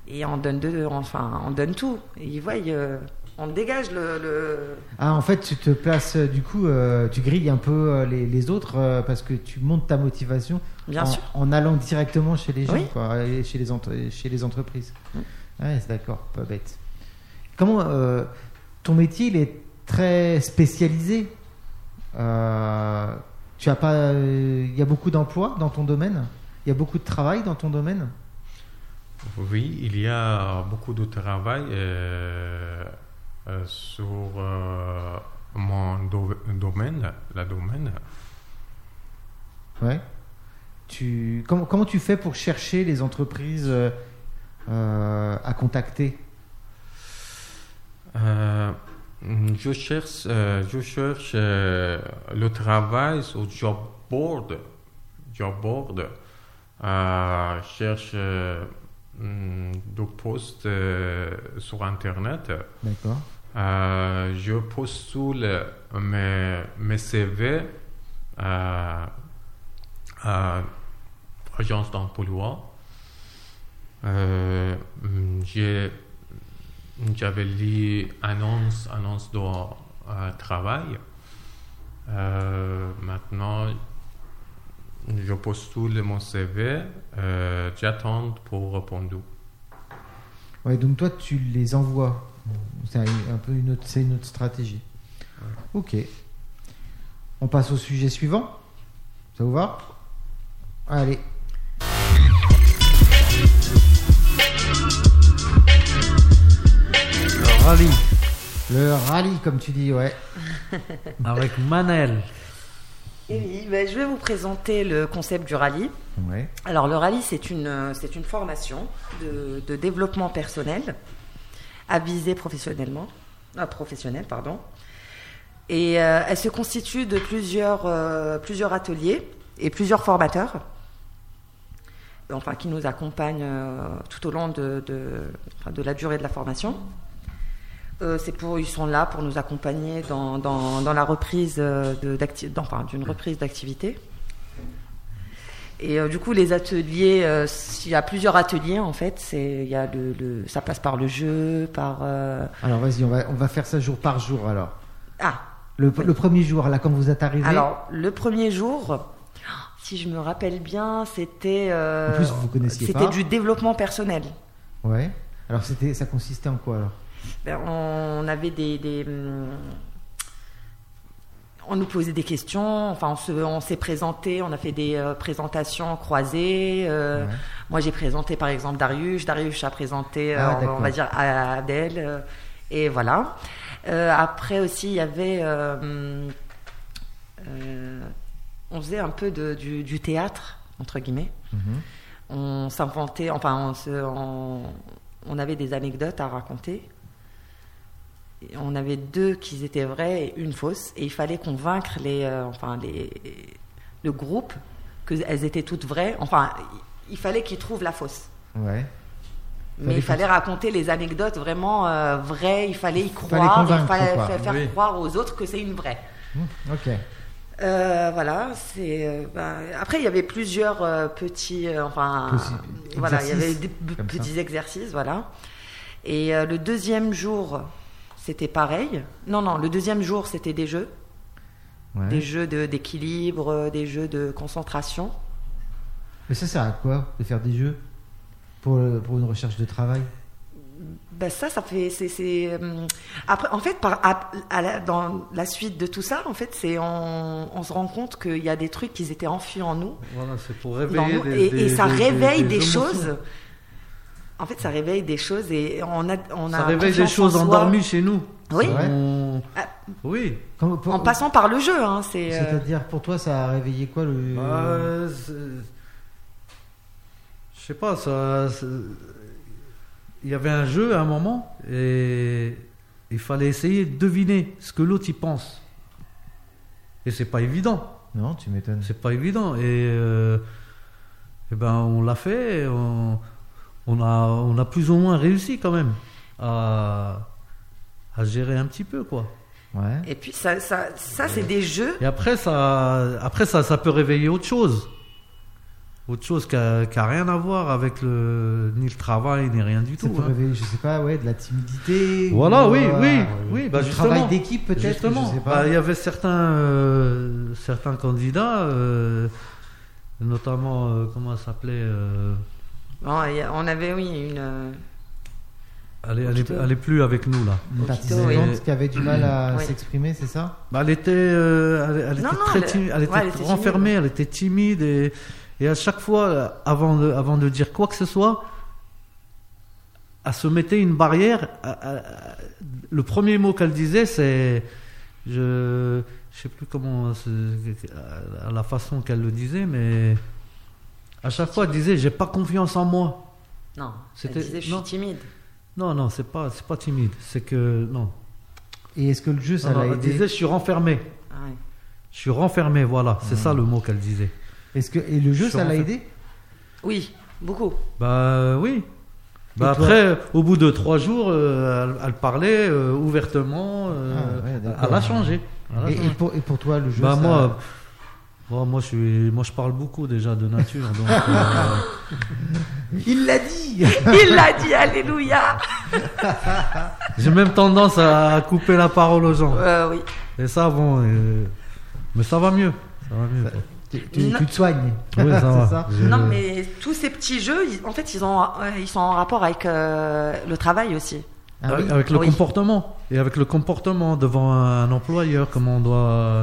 Speaker 3: et on donne de, enfin, on donne tout. Et ils voient, euh, on dégage le, le-
Speaker 2: Ah, en fait, tu te places, euh, du coup, euh, tu grilles un peu euh, les, les autres euh, parce que tu montes ta motivation
Speaker 3: bien
Speaker 2: en,
Speaker 3: sûr.
Speaker 2: en allant directement chez les gens,
Speaker 3: Oui.
Speaker 2: quoi, et chez les, entre- et chez les entreprises.
Speaker 3: Mm.
Speaker 2: Ouais, c'est d'accord, pas bête. Comment euh, ton métier il est très spécialisé Euh, Tu as pas, euh, il y a beaucoup d'emplois dans ton domaine. Il y a beaucoup de travail dans ton domaine.
Speaker 4: Oui, il y a beaucoup de travail euh, euh, sur euh, mon do- domaine, la domaine.
Speaker 2: Ouais. Tu comment, comment tu fais pour chercher les entreprises euh, euh, à contacter
Speaker 4: Euh, je cherche, euh, je cherche euh, le travail sur job board. Job board. Euh, je cherche euh, hmm, des postes euh, sur Internet.
Speaker 2: D'accord.
Speaker 4: Euh, je postule mes, mes CV euh, à Agence d'emploi. Euh, mm, j'ai- J'avais lu annonce, annonce de euh, travail. Euh, maintenant, je postule mon CV. euh, J'attends pour répondre.
Speaker 2: Ouais, donc toi, tu les envoies. C'est un un peu une autre, c'est une autre stratégie. Ok. On passe au sujet suivant. Ça vous va Allez.
Speaker 1: Le rallye
Speaker 2: Le rallye, comme tu dis, ouais.
Speaker 1: avec Manel.
Speaker 3: Et oui, ben, je vais vous présenter le concept du rallye.
Speaker 2: Ouais.
Speaker 3: Alors le rallye, c'est une, euh, c'est une formation de, de développement personnel à viser professionnellement, ah, professionnel pardon. Et euh, elle se constitue de plusieurs, euh, plusieurs ateliers et plusieurs formateurs, enfin qui nous accompagnent euh, tout au long de, de, enfin, de la durée de la formation. Euh, c'est pour, ils sont là pour nous accompagner dans, dans, dans la reprise euh, de- d'acti- dans- enfin, d'une reprise d'activité. Et euh, du coup, les ateliers, euh, s- il y a plusieurs ateliers en fait. C'est- Il y a le, le- ça passe par le jeu, par euh,
Speaker 2: Alors vas-y, on va, on va faire ça jour par jour alors.
Speaker 3: ah.
Speaker 2: Le, le premier jour, là, quand vous êtes arrivé.
Speaker 3: Alors le premier jour, si je me rappelle bien, c'était euh,
Speaker 2: En plus, vous connaissiez
Speaker 3: c'était
Speaker 2: pas.
Speaker 3: du développement personnel.
Speaker 2: Ouais. Alors c'était, ça consistait en quoi alors
Speaker 3: Ben, on avait des, des, hum, on nous posait des questions. Enfin, on se- on s'est présenté, on a fait des euh, présentations croisées. euh,
Speaker 2: Ouais.
Speaker 3: Moi, j'ai présenté par exemple Darius. Darius a présenté,
Speaker 2: Ah,
Speaker 3: euh, on va- on, va
Speaker 2: d'accord.
Speaker 3: dire, à Adèle. euh, et voilà. Euh, après aussi, il y avait. euh, hum, euh, on faisait un peu de- du, du théâtre, entre guillemets.
Speaker 2: Mhm.
Speaker 3: On s'inventait, enfin, on, se- on- on avait des anecdotes à raconter. Et on avait deux qui étaient vraies et une fausse. Et il fallait convaincre les, euh, enfin, les, le groupe qu'elles étaient toutes vraies. Enfin, il- il fallait qu'ils trouvent la fausse.
Speaker 2: Ouais.
Speaker 3: Mais il fallait raconter les anecdotes vraiment euh, vraies, il fallait y
Speaker 2: Fallait
Speaker 3: croire, il
Speaker 2: convaincre,
Speaker 3: fallait
Speaker 2: quoi.
Speaker 3: fa- faire
Speaker 1: Oui.
Speaker 3: croire aux autres que c'est une vraie.
Speaker 2: Mhm. Ok.
Speaker 3: Euh, voilà, c'est. euh, bah, après, il y avait plusieurs euh, petits. euh, enfin,
Speaker 2: Petits
Speaker 3: voilà, il y avait
Speaker 2: exercices,
Speaker 3: des b-
Speaker 2: comme ça.
Speaker 3: petits exercices, voilà. Et euh, le deuxième jour, c'était pareil. Non, non, le deuxième jour, c'était des jeux.
Speaker 2: Ouais.
Speaker 3: Des jeux de- d'équilibre, euh, des jeux de concentration.
Speaker 2: Mais ça sert à quoi de faire des jeux pour, euh, pour une recherche de travail
Speaker 3: Ben ça, ça fait, c'est, c'est, euh, après, en fait, par, à- à la- dans la suite de tout ça, en fait, c'est on, on se rend compte qu'il y a des trucs qui étaient enfuis en nous,
Speaker 1: Voilà, c'est pour
Speaker 3: dans
Speaker 1: réveiller
Speaker 3: nous,
Speaker 1: des,
Speaker 3: et,
Speaker 1: des-
Speaker 3: et ça
Speaker 1: des-
Speaker 3: réveille des,
Speaker 1: émotions.
Speaker 3: choses. En fait, ça réveille des choses et on a, on a
Speaker 1: Ça réveille des
Speaker 3: confiance en
Speaker 1: choses
Speaker 3: soi.
Speaker 1: endormies chez nous.
Speaker 3: Oui,
Speaker 2: C'est vrai.
Speaker 1: On-
Speaker 3: Ah.
Speaker 1: Oui.
Speaker 2: Comment- pour-
Speaker 3: en passant par le jeu, hein, c'est. euh,
Speaker 2: C'est-à-dire pour toi, ça a réveillé quoi le
Speaker 1: Euh, c'est- je sais pas, ça. c'est- Il y avait un jeu à un moment et il fallait essayer de deviner ce que l'autre y pense. Et c'est pas évident.
Speaker 2: Non, tu m'étonnes.
Speaker 1: C'est pas évident. Et, euh, eh ben, on l'a fait. On, on a, on a plus ou moins réussi quand même à, à gérer un petit peu quoi.
Speaker 2: Ouais.
Speaker 3: Et puis ça, ça, ça c'est des jeux.
Speaker 1: Et après ça, après ça, ça peut réveiller autre chose, autre chose qui a, qui a rien à voir avec le ni le travail ni rien du
Speaker 2: Ça
Speaker 1: tout.
Speaker 2: peut
Speaker 1: hein.
Speaker 2: réveiller, je sais pas, ouais, de la timidité.
Speaker 1: Voilà,
Speaker 2: ou,
Speaker 1: oui,
Speaker 2: euh,
Speaker 1: oui,
Speaker 2: du
Speaker 1: oui, bah
Speaker 2: travail
Speaker 1: justement.
Speaker 2: d'équipe peut-être.
Speaker 1: Justement,
Speaker 2: Je sais pas.
Speaker 1: Bah, il y avait certains, euh, certains candidats, euh, notamment, euh, comment elle s'appelait euh,
Speaker 3: Bon, il y a- on avait oui une. euh,
Speaker 1: elle, est- elle, est-
Speaker 3: Octo.
Speaker 1: elle est plus avec nous là.
Speaker 2: Une
Speaker 3: Octo,
Speaker 2: participante
Speaker 1: oui.
Speaker 2: qui avait du mal à
Speaker 3: Oui.
Speaker 2: s'exprimer, c'est ça
Speaker 1: Bah, elle était, euh, elle, elle
Speaker 3: Non,
Speaker 1: était
Speaker 3: non,
Speaker 1: très
Speaker 3: elle-
Speaker 1: timide, elle était
Speaker 3: ouais, elle était
Speaker 1: renfermée, elle était timide et, et à chaque fois, euh, avant de, avant de dire quoi que ce soit, elle se mettait une barrière. à- à- à- le premier mot qu'elle disait, c'est, je, je sais plus comment, c'est- à la façon qu'elle le disait, mais à chaque fois, elle disait, j'ai pas confiance en moi.
Speaker 3: Non. Elle
Speaker 1: C'était-
Speaker 3: disait je
Speaker 1: non.
Speaker 3: suis timide.
Speaker 1: Non, non, c'est pas, c'est pas timide. C'est que non.
Speaker 2: Et est-ce que le jeu, ça
Speaker 1: Non, ah, non,
Speaker 2: l'a
Speaker 1: elle
Speaker 2: aidé
Speaker 1: disait, je suis renfermé.
Speaker 3: Ah ouais.
Speaker 1: Je suis renfermé, voilà.
Speaker 2: Hmm.
Speaker 1: C'est ça le mot qu'elle disait.
Speaker 2: Est-ce que et le jeu,
Speaker 1: Je
Speaker 2: ça l'a
Speaker 1: renferme.
Speaker 2: aidé
Speaker 3: Oui, beaucoup.
Speaker 1: Bah oui. Bah
Speaker 2: Et toi
Speaker 1: après, au bout de trois jours, euh, elle, elle parlait euh, ouvertement. euh,
Speaker 2: Ah, ouais, d'accord.
Speaker 1: elle a changé. Elle a
Speaker 2: et,
Speaker 1: changé.
Speaker 2: et pour, et pour toi, le jeu,
Speaker 1: bah
Speaker 2: ça-
Speaker 1: moi, bon, moi je suis, moi je parle beaucoup déjà de nature. donc, euh,
Speaker 2: il l'a dit.
Speaker 3: Il l'a dit, alléluia.
Speaker 1: j'ai même tendance à couper la parole aux gens.
Speaker 3: Euh, oui.
Speaker 1: Et ça, bon, euh, mais ça va mieux. Ça va mieux. quoi.
Speaker 2: tu, tu-
Speaker 3: Non.
Speaker 2: tu te soignes.
Speaker 1: Oui, ça va.
Speaker 2: C'est ça.
Speaker 1: Je-
Speaker 3: Non, mais tous ces petits jeux, ils- en fait, ils, ont, ouais, ils sont en rapport avec euh, le travail aussi.
Speaker 2: Ah
Speaker 1: avec,
Speaker 2: oui.
Speaker 1: avec le
Speaker 3: Oui.
Speaker 1: comportement et avec le comportement devant un employeur, comment on doit euh,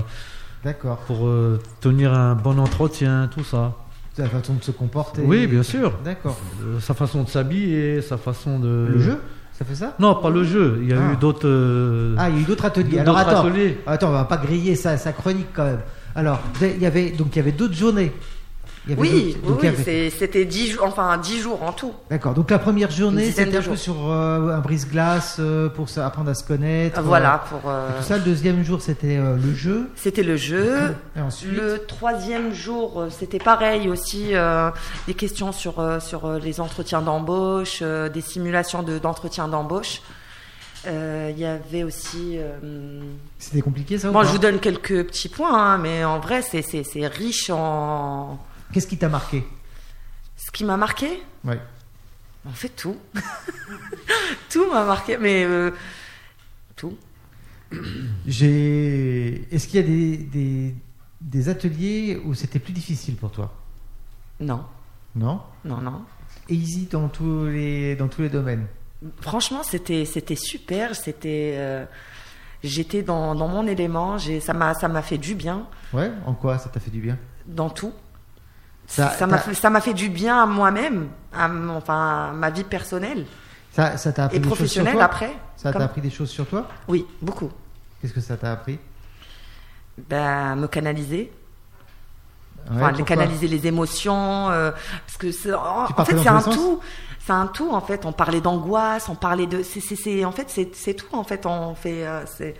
Speaker 2: D'accord.
Speaker 1: pour euh, tenir un bon entretien, tout ça.
Speaker 2: La façon de se comporter.
Speaker 1: Oui, bien sûr.
Speaker 2: D'accord.
Speaker 1: Euh, sa façon de s'habiller, sa façon de
Speaker 2: Le jeu, ça fait ça
Speaker 1: Non, pas le jeu. Il y a
Speaker 2: Ah.
Speaker 1: eu d'autres. euh,
Speaker 2: Ah, il y a eu d'autres ateliers.
Speaker 1: d'autres
Speaker 2: Alors attends,
Speaker 1: ateliers.
Speaker 2: Ah, attends, on va pas griller sa, sa chronique quand même. Alors, il y avait donc il y avait d'autres journées. Il y avait
Speaker 3: Oui,
Speaker 2: d'autres-
Speaker 3: oui,
Speaker 2: donc il y
Speaker 3: oui,
Speaker 2: avait-
Speaker 3: c'est- c'était 10 jours, enfin 10 jours en tout.
Speaker 2: D'accord. Donc la première
Speaker 3: Une
Speaker 2: journée,
Speaker 3: dizaine
Speaker 2: c'était
Speaker 3: de
Speaker 2: un peu
Speaker 3: jours.
Speaker 2: sur euh, un brise-glace euh, pour se- apprendre à se connaître.
Speaker 3: Voilà, pour. euh,
Speaker 2: euh, tout ça. Le deuxième jour, c'était euh, le jeu.
Speaker 3: C'était le jeu.
Speaker 2: Et ensuite,
Speaker 3: Le troisième jour, euh, c'était pareil aussi, euh, des questions sur, euh, sur euh, les entretiens d'embauche, euh, des simulations de- d'entretiens d'embauche. Euh, Il y avait aussi... euh,
Speaker 2: c'était compliqué ça. ou
Speaker 3: Bon,
Speaker 2: pas
Speaker 3: je vous donne quelques petits points, hein, mais en vrai, c'est- c'est c'est riche en...
Speaker 2: Qu'est-ce qui t'a marqué
Speaker 3: Ce qui m'a marqué,
Speaker 2: Ouais.
Speaker 3: en fait, tout. tout m'a marqué, mais... euh, tout.
Speaker 2: J'ai. Est-ce qu'il y a des, des, des ateliers où c'était plus difficile pour toi
Speaker 3: Non,
Speaker 2: Non.
Speaker 3: non, non.
Speaker 2: Easy dans tous les dans tous les domaines.
Speaker 3: Franchement, c'était c'était super. C'était euh, j'étais dans, dans mon élément. J'ai ça m'a ça m'a fait du bien
Speaker 2: Ouais. En quoi ça t'a fait du bien
Speaker 3: dans tout.
Speaker 2: Ça-
Speaker 3: Ça m'a
Speaker 2: t'as-
Speaker 3: fait, ça m'a fait du bien à moi-même, à mon- enfin à ma vie personnelle
Speaker 2: Ça ça t'a appris
Speaker 3: et
Speaker 2: des choses sur
Speaker 3: professionnelle
Speaker 2: toi
Speaker 3: après.
Speaker 2: Ça
Speaker 3: Comme-
Speaker 2: t'a appris des choses sur toi
Speaker 3: Oui, beaucoup.
Speaker 2: Qu'est-ce que ça t'a appris
Speaker 3: Ben me canaliser,
Speaker 2: Ouais,
Speaker 3: enfin, les
Speaker 2: pourquoi
Speaker 3: canaliser les émotions, euh, parce que c'est, en,
Speaker 2: Tu
Speaker 3: en
Speaker 2: partais dans
Speaker 3: fait c'est
Speaker 2: tous les
Speaker 3: un
Speaker 2: sens
Speaker 3: tout. C'est un tout en fait. On parlait d'angoisse, on parlait de c'est c'est- c'est- en fait c'est c'est tout en fait. On fait euh, c'est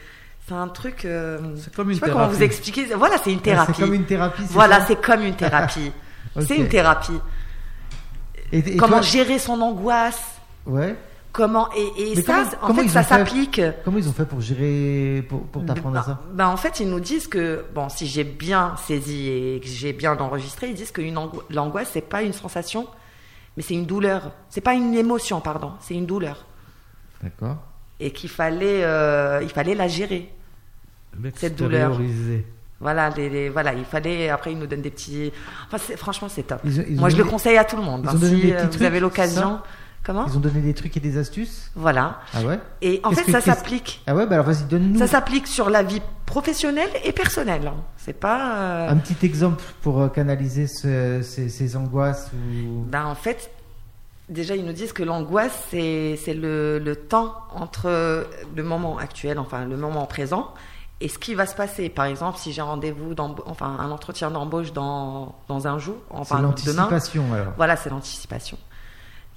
Speaker 3: c'est un truc. euh,
Speaker 1: C'est comme
Speaker 3: je
Speaker 1: une
Speaker 3: sais pas comment
Speaker 1: thérapie.
Speaker 3: vous expliquer. Voilà, c'est une
Speaker 2: Ouais,
Speaker 3: thérapie.
Speaker 2: C'est comme une thérapie. c'est
Speaker 3: Voilà,
Speaker 2: ça
Speaker 3: c'est comme une thérapie.
Speaker 2: Ok.
Speaker 3: C'est une thérapie.
Speaker 2: Et, et
Speaker 3: comment
Speaker 2: toi-
Speaker 3: gérer son angoisse
Speaker 2: Ouais.
Speaker 3: Comment et, et
Speaker 2: Mais
Speaker 3: ça,
Speaker 2: comment-
Speaker 3: en
Speaker 2: comment
Speaker 3: fait,
Speaker 2: ils
Speaker 3: ça
Speaker 2: ont fait
Speaker 3: s'applique.
Speaker 2: Comment ils ont fait pour gérer pour pour t'apprendre à
Speaker 3: Ben-
Speaker 2: ça
Speaker 3: ben, en fait, ils nous disent que bon, si j'ai bien saisi et que j'ai bien enregistré, ils disent que une ango- l'angoisse c'est pas une sensation, mais c'est une douleur. C'est pas une émotion, pardon, c'est une douleur
Speaker 2: D'accord.
Speaker 3: et qu'il fallait euh, il fallait la gérer. cette douleur.
Speaker 1: Extérioriser.
Speaker 3: Voilà, les, les- voilà, il fallait. Après, ils nous donnent des petits. Enfin, c'est- franchement, c'est top.
Speaker 2: Ils ont- ils
Speaker 3: Moi,
Speaker 2: ont
Speaker 3: je
Speaker 2: donné-
Speaker 3: le conseille à tout le monde.
Speaker 2: ils
Speaker 3: hein,
Speaker 2: ont donné
Speaker 3: si
Speaker 2: des
Speaker 3: euh,
Speaker 2: petits
Speaker 3: vous
Speaker 2: trucs,
Speaker 3: avez l'occasion. Comment
Speaker 2: Ils ont donné des trucs et des astuces.
Speaker 3: Voilà.
Speaker 2: Ah ouais.
Speaker 3: Et en
Speaker 2: Qu'est-ce
Speaker 3: fait,
Speaker 2: que-
Speaker 3: ça
Speaker 2: qu'est-ce-
Speaker 3: s'applique.
Speaker 2: Ah ouais. Bah alors vas-y, donne-nous
Speaker 3: Ça s'applique sur la vie professionnelle et personnelle. hein. C'est pas. euh,
Speaker 2: un petit exemple pour euh, canaliser ce- ces, ces angoisses ou.
Speaker 3: Ben, en fait, déjà, ils nous disent que l'angoisse, c'est c'est le, le temps entre le moment actuel, enfin, le moment présent, et ce qui va se passer. Par exemple, si j'ai un rendez-vous, d'emba- enfin, un entretien d'embauche dans, dans un jour,
Speaker 2: C'est
Speaker 3: enfin, demain.
Speaker 2: l'anticipation alors.
Speaker 3: Voilà, c'est l'anticipation.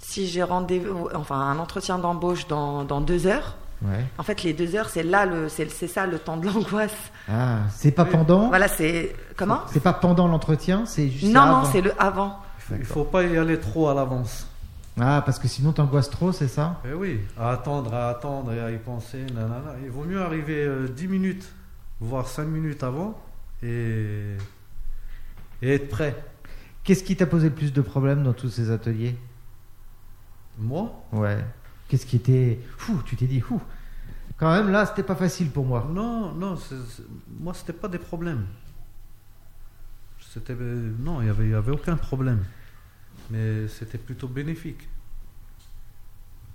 Speaker 3: Si j'ai rendez-vous, enfin, un entretien d'embauche dans, dans deux heures,
Speaker 2: Ouais.
Speaker 3: en fait, les deux heures, c'est là, le- c'est c'est ça le temps de l'angoisse.
Speaker 2: Ah, c'est pas pendant.
Speaker 3: Voilà, c'est. Comment
Speaker 2: C'est pas pendant l'entretien, c'est juste.
Speaker 3: Non,
Speaker 2: avant.
Speaker 3: non, c'est le avant.
Speaker 1: Il faut pas y aller trop à l'avance.
Speaker 2: Ah, parce que sinon t'angoisses trop, c'est ça
Speaker 1: Eh oui, à attendre, à attendre et à y penser, nanana. Il vaut mieux arriver euh, 10 minutes, voire 5 minutes avant et, et être prêt.
Speaker 2: Qu'est-ce qui t'a posé le plus de problèmes dans tous ces ateliers
Speaker 1: Moi
Speaker 2: Ouais. Qu'est-ce qui était. Fou, tu t'es dit, fou. Quand même, là, c'était pas facile pour moi.
Speaker 1: Non, non, c'est- c'est- moi c'était pas des problèmes. C'était euh, non, il y avait, il y avait aucun problème, mais c'était plutôt bénéfique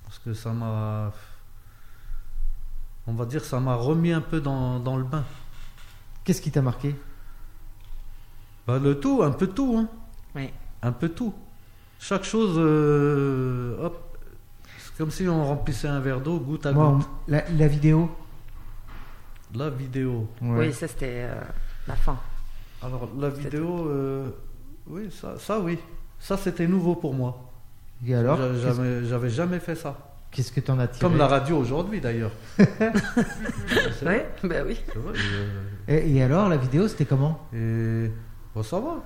Speaker 1: parce que ça m'a, on va dire, ça m'a remis un peu dans, dans le bain.
Speaker 2: Qu'est-ce qui t'a marqué
Speaker 1: Bah, le tout, un peu tout, hein.
Speaker 3: Oui.
Speaker 1: un peu tout. Chaque chose, euh, hop, c'est comme si on remplissait un verre d'eau goutte à
Speaker 2: Moi, on-
Speaker 1: goutte.
Speaker 2: la, la vidéo.
Speaker 1: La vidéo.
Speaker 2: Ouais.
Speaker 3: Oui, ça, c'était euh, la fin.
Speaker 1: Alors la vidéo, euh, oui, ça, ça oui, ça c'était nouveau pour moi.
Speaker 2: Et alors
Speaker 1: J'a-
Speaker 2: qu'est-ce-
Speaker 1: jamais- J'avais jamais fait ça.
Speaker 2: Qu'est-ce que tu en as tiré
Speaker 1: Comme la radio aujourd'hui d'ailleurs. C'est
Speaker 3: Oui,
Speaker 1: vrai,
Speaker 3: ben oui.
Speaker 1: c'est vrai, euh,
Speaker 2: et, et alors, la vidéo, c'était comment
Speaker 1: Et bon, ça va.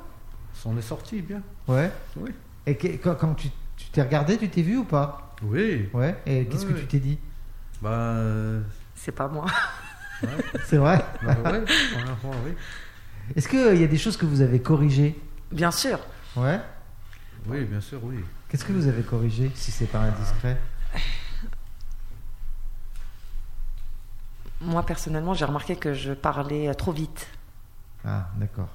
Speaker 1: On est sorti bien.
Speaker 2: Ouais.
Speaker 1: Oui.
Speaker 2: Et que- quand, quand tu tu t'es regardé, tu t'es vu ou pas
Speaker 1: Oui.
Speaker 2: Ouais. Et qu'est-ce que
Speaker 1: oui.
Speaker 2: tu t'es dit
Speaker 1: Bah, euh,
Speaker 3: C'est pas moi.
Speaker 2: C'est vrai.
Speaker 1: bah ouais, honnêtement, oui.
Speaker 2: Est-ce qu'il y a des choses que vous avez corrigées
Speaker 3: Bien sûr.
Speaker 2: Ouais.
Speaker 1: Oui, bien sûr, oui.
Speaker 2: Qu'est-ce que vous avez corrigé, si c'est pas indiscret
Speaker 3: Moi, personnellement, j'ai remarqué que je parlais trop vite.
Speaker 2: Ah, d'accord.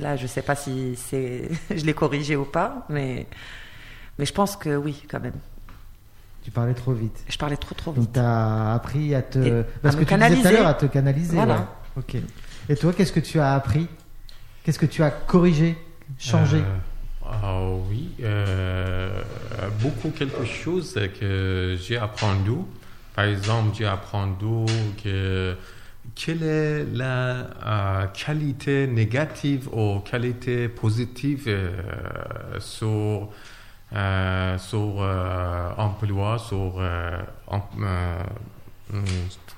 Speaker 3: Là, je sais pas si c'est, je l'ai corrigé ou pas, mais, mais je pense que oui, quand même.
Speaker 2: Tu parlais trop vite.
Speaker 3: Je parlais trop, trop
Speaker 2: Donc
Speaker 3: vite.
Speaker 2: t'as appris à te,
Speaker 3: Et à
Speaker 2: parce
Speaker 3: me
Speaker 2: que tu disais tout à
Speaker 3: canaliser.
Speaker 2: l'heure, à te canaliser.
Speaker 3: Voilà.
Speaker 2: ouais. Ok. Et toi, qu'est-ce que tu as appris Qu'est-ce que tu as corrigé, changé
Speaker 4: Euh, ah oui, euh, beaucoup quelque chose que j'ai appris. Par exemple, j'ai appris que quelle est la euh, qualité négative ou qualité positive euh, sur euh, sur euh, emploi, sur euh, em- euh,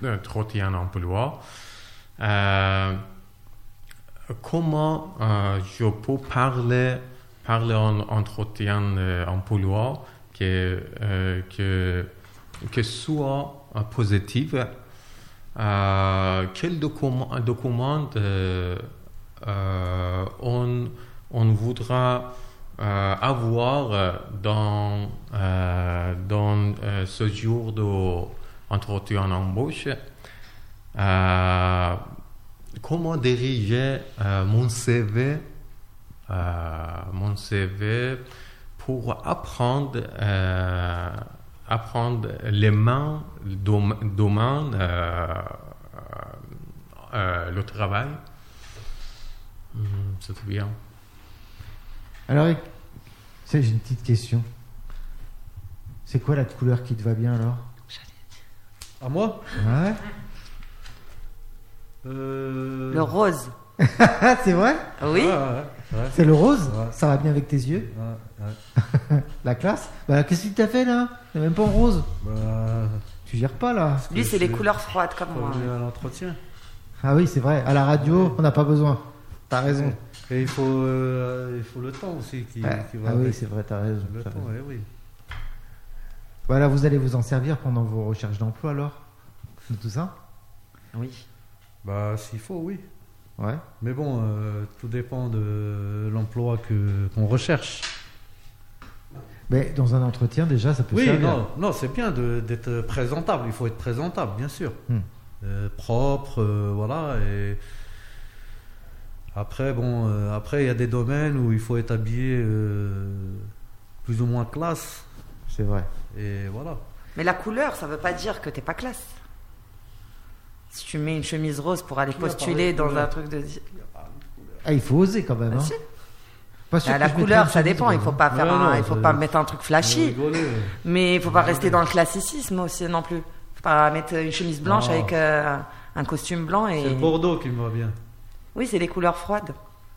Speaker 4: euh, entretien emploi. Euh, comment euh, je peux parler, parler en entretien euh, emploi que, euh, que, que soit euh, positive euh, Quels documents document, euh, euh, on, on voudra euh, avoir euh, dans, euh, dans euh, ce jour d'entretien embauche euh, comment diriger euh, mon CV, euh, mon CV pour apprendre, euh, apprendre les mains, dom- domaine, euh, euh, le travail. Hmm, C'est bien.
Speaker 2: Alors, ça, j'ai une petite question. C'est quoi la couleur qui te va bien alors
Speaker 1: À moi
Speaker 2: Ouais.
Speaker 1: Euh,
Speaker 3: Le rose.
Speaker 2: Ah, c'est vrai
Speaker 3: Oui.
Speaker 1: ouais, ouais, ouais,
Speaker 2: C'est le rose
Speaker 1: Ouais.
Speaker 2: Ça va bien avec tes yeux
Speaker 1: ouais, ouais.
Speaker 2: La classe Bah, qu'est-ce que t'as fait là T'es même pas en rose.
Speaker 1: Bah,
Speaker 2: Tu gères pas là.
Speaker 3: Lui, c'est les
Speaker 1: c'est-
Speaker 3: couleurs froides comme
Speaker 1: faut
Speaker 3: moi.
Speaker 1: aller à l'entretien.
Speaker 2: Ah oui, c'est vrai. À la radio, on n'a pas besoin. T'as raison.
Speaker 1: Et il faut, euh, il faut le temps aussi qui,
Speaker 2: Ah,
Speaker 1: qui va
Speaker 2: ah oui,
Speaker 1: avec.
Speaker 2: c'est vrai, t'as raison.
Speaker 1: Le
Speaker 2: t'as
Speaker 1: temps,
Speaker 2: raison.
Speaker 1: eh oui.
Speaker 2: Voilà, vous allez vous en servir pendant vos recherches d'emploi alors De tout ça
Speaker 3: Oui.
Speaker 1: Bah, s'il faut, oui.
Speaker 2: Ouais.
Speaker 1: Mais bon, euh, tout dépend de l'emploi que qu'on recherche.
Speaker 2: Mais dans un entretien, déjà, ça peut
Speaker 1: Oui,
Speaker 2: servir.
Speaker 1: non, non c'est bien de- d'être présentable. Il faut être présentable, bien sûr.
Speaker 2: Hmm.
Speaker 1: Euh, propre, euh, voilà. Et après, bon, euh, après, il y a des domaines où il faut être habillé euh, plus ou moins classe.
Speaker 2: C'est vrai.
Speaker 1: Et voilà.
Speaker 3: Mais la couleur, ça veut pas dire que t'es pas classe. Si tu mets une chemise rose pour aller
Speaker 1: Qui a
Speaker 3: postuler
Speaker 1: parlé de
Speaker 3: dans
Speaker 1: couleur
Speaker 3: un truc de.
Speaker 2: Ah, il faut oser quand même.
Speaker 3: Bah,
Speaker 2: hein.
Speaker 3: si.
Speaker 2: Pas sûr que
Speaker 3: Bah, la
Speaker 2: je mettrais
Speaker 3: couleur,
Speaker 2: une
Speaker 3: ça
Speaker 2: chemise
Speaker 3: dépend. Il
Speaker 2: rose,
Speaker 3: faut
Speaker 2: hein.
Speaker 3: pas faire
Speaker 1: Ouais,
Speaker 3: un-
Speaker 1: non,
Speaker 3: il faut
Speaker 1: ça-
Speaker 3: pas mettre un truc flashy.
Speaker 1: Vous rigolez, euh.
Speaker 3: Mais il faut pas rester dans le classicisme aussi non plus. Faut pas mettre une chemise blanche
Speaker 1: Non.
Speaker 3: avec euh, un costume blanc et.
Speaker 1: C'est le Bordeaux qui me va bien.
Speaker 3: Oui, c'est les couleurs froides.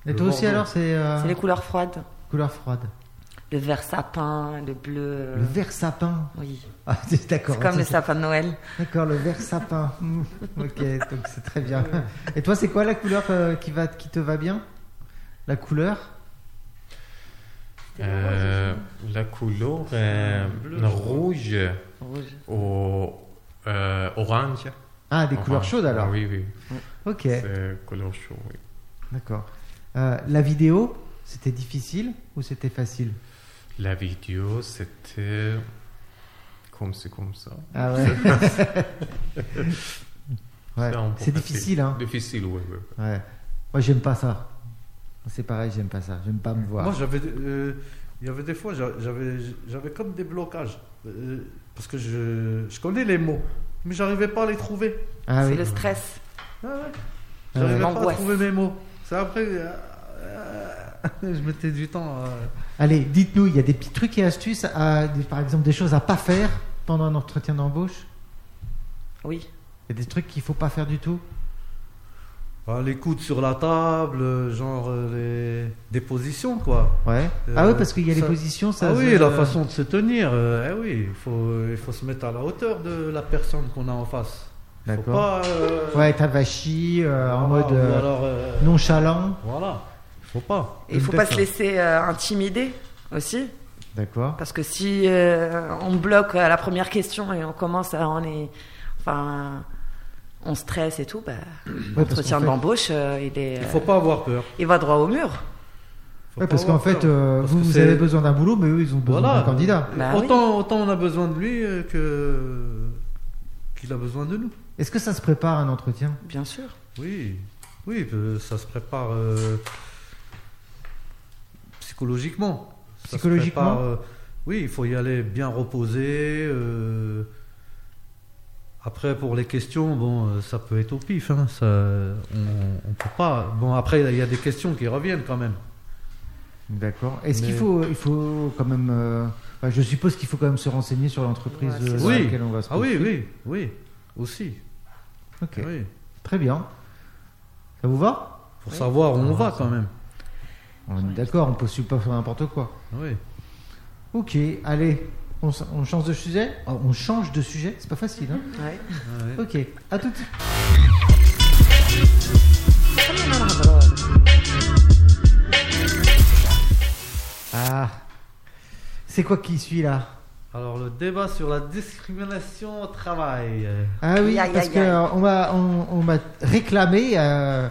Speaker 2: Et toi
Speaker 1: Le
Speaker 2: aussi
Speaker 1: Bordeaux.
Speaker 2: alors, c'est euh,
Speaker 3: C'est les couleurs froides.
Speaker 2: couleur froide.
Speaker 3: Le vert sapin, le bleu. euh,
Speaker 2: Le vert sapin.
Speaker 3: Oui.
Speaker 2: Ah, t'es- d'accord.
Speaker 3: C'est comme le
Speaker 2: ça,
Speaker 3: sapin de Noël.
Speaker 2: c'est- D'accord, le vert sapin. Mm. ok, donc c'est très bien. Et toi, c'est quoi la couleur euh, qui, va, qui te va bien La couleur
Speaker 4: Euh, la couleur euh,
Speaker 1: Bleu.
Speaker 4: rouge
Speaker 3: Rouge.
Speaker 4: ou euh, orange.
Speaker 2: Ah, des
Speaker 4: Enfin,
Speaker 2: couleurs chaudes alors.
Speaker 4: Oui, oui.
Speaker 2: Ok,
Speaker 4: C'est couleur chaude. oui.
Speaker 2: d'accord. Euh, la vidéo, c'était difficile ou c'était facile
Speaker 4: La vidéo, c'était comme c'est comme ça.
Speaker 2: Ah ouais. Ouais,
Speaker 4: C'est un peu
Speaker 2: C'est
Speaker 4: facile.
Speaker 2: difficile, hein.
Speaker 4: Difficile, oui. oui.
Speaker 2: Ouais. Moi, j'aime pas ça. C'est pareil, j'aime pas ça. J'aime pas me voir.
Speaker 1: Moi, j'avais, euh, il y avait des fois, j'a- j'avais, j'avais comme des blocages euh, parce que je, je connais les mots, mais j'arrivais pas à les trouver.
Speaker 2: ah
Speaker 3: c'est
Speaker 2: oui.
Speaker 3: le stress.
Speaker 1: Ah ouais.
Speaker 2: Ah
Speaker 1: J'arrivais
Speaker 2: ouais.
Speaker 1: pas à
Speaker 3: L'angoisse.
Speaker 1: trouver mes mots. C'est après, euh, euh, je mettais du temps. euh.
Speaker 2: Allez, dites-nous, il y a des petits trucs et astuces, à, des- par exemple des choses à pas faire pendant un entretien d'embauche
Speaker 3: Oui.
Speaker 2: Il y a des trucs qu'il faut pas faire du tout
Speaker 1: Enfin, les coudes sur la table, euh, genre euh, les... des positions, quoi.
Speaker 2: Ouais. ah oui,
Speaker 1: Euh,
Speaker 2: parce qu'il y a les
Speaker 1: ça-
Speaker 2: positions, ça. euh,
Speaker 1: ah oui,
Speaker 2: ça-
Speaker 1: la façon de se tenir. euh, eh oui, il faut, il faut se mettre à la hauteur de la personne qu'on a en face. Faut
Speaker 2: D'accord.
Speaker 1: pas, euh,
Speaker 2: Ouais, avachi en
Speaker 1: voilà,
Speaker 2: mode
Speaker 1: ou
Speaker 2: euh,
Speaker 1: alors, euh,
Speaker 2: nonchalant.
Speaker 1: Voilà, faut pas.
Speaker 3: Et il faut pas se laisser euh, intimider aussi.
Speaker 2: D'accord.
Speaker 3: Parce que si euh, on bloque à la première question et on commence à on est, enfin, on stresse et tout, bah,
Speaker 2: Ouais, parce
Speaker 3: l'entretien
Speaker 2: qu'en fait-
Speaker 3: d'embauche, euh, il est,
Speaker 1: Il
Speaker 3: euh,
Speaker 1: faut pas avoir peur.
Speaker 3: il va droit au mur.
Speaker 1: Faut
Speaker 2: Ouais,
Speaker 1: pas
Speaker 2: parce qu'en
Speaker 1: avoir
Speaker 2: fait,
Speaker 1: peur.
Speaker 2: euh,
Speaker 1: Parce
Speaker 2: vous,
Speaker 1: que
Speaker 2: vous
Speaker 1: c'est-
Speaker 2: avez besoin d'un boulot, mais eux, ils ont besoin
Speaker 1: Voilà.
Speaker 2: d'un candidat.
Speaker 3: Bah oui.
Speaker 1: autant, autant on a besoin de lui euh, que qu'il a besoin de nous.
Speaker 2: Est-ce que ça se prépare un entretien
Speaker 3: Bien sûr.
Speaker 1: Oui, oui, euh, ça se prépare euh, psychologiquement. Ça se
Speaker 2: Psychologiquement
Speaker 1: prépare, euh, Oui, il faut y aller bien reposé. euh, après, pour les questions, bon, euh, ça peut être au pif. hein, ça, on, on peut pas. Bon, après, il y a des questions qui reviennent quand même.
Speaker 2: D'accord. Est-ce qu'il
Speaker 1: Mais-
Speaker 2: faut, il faut quand même. euh, enfin, je suppose qu'il faut quand même se renseigner sur l'entreprise
Speaker 3: Ouais, c'est
Speaker 2: euh,
Speaker 1: ça.
Speaker 2: dans
Speaker 1: Oui.
Speaker 2: laquelle on va se
Speaker 1: Ah oui, oui, oui, aussi.
Speaker 2: Ok.
Speaker 1: oui.
Speaker 2: Très bien. Ça vous va
Speaker 1: Pour savoir où on
Speaker 4: Ah,
Speaker 1: va
Speaker 4: ça.
Speaker 1: quand même.
Speaker 2: On est d'accord, on peut su- pas faire n'importe quoi.
Speaker 1: Oui.
Speaker 2: Ok, allez, on, s- on change de sujet Oh, On change de sujet, c'est pas facile. Hein
Speaker 3: Ouais.
Speaker 1: ouais.
Speaker 2: ok, à tout de suite. Ah, c'est quoi qui suit là
Speaker 1: Alors le débat sur la discrimination au travail.
Speaker 2: Ah oui,
Speaker 3: Aïe, aïe,
Speaker 2: parce
Speaker 3: aïe,
Speaker 2: que
Speaker 3: aïe.
Speaker 2: euh, on m'a on, on m'a réclamé euh,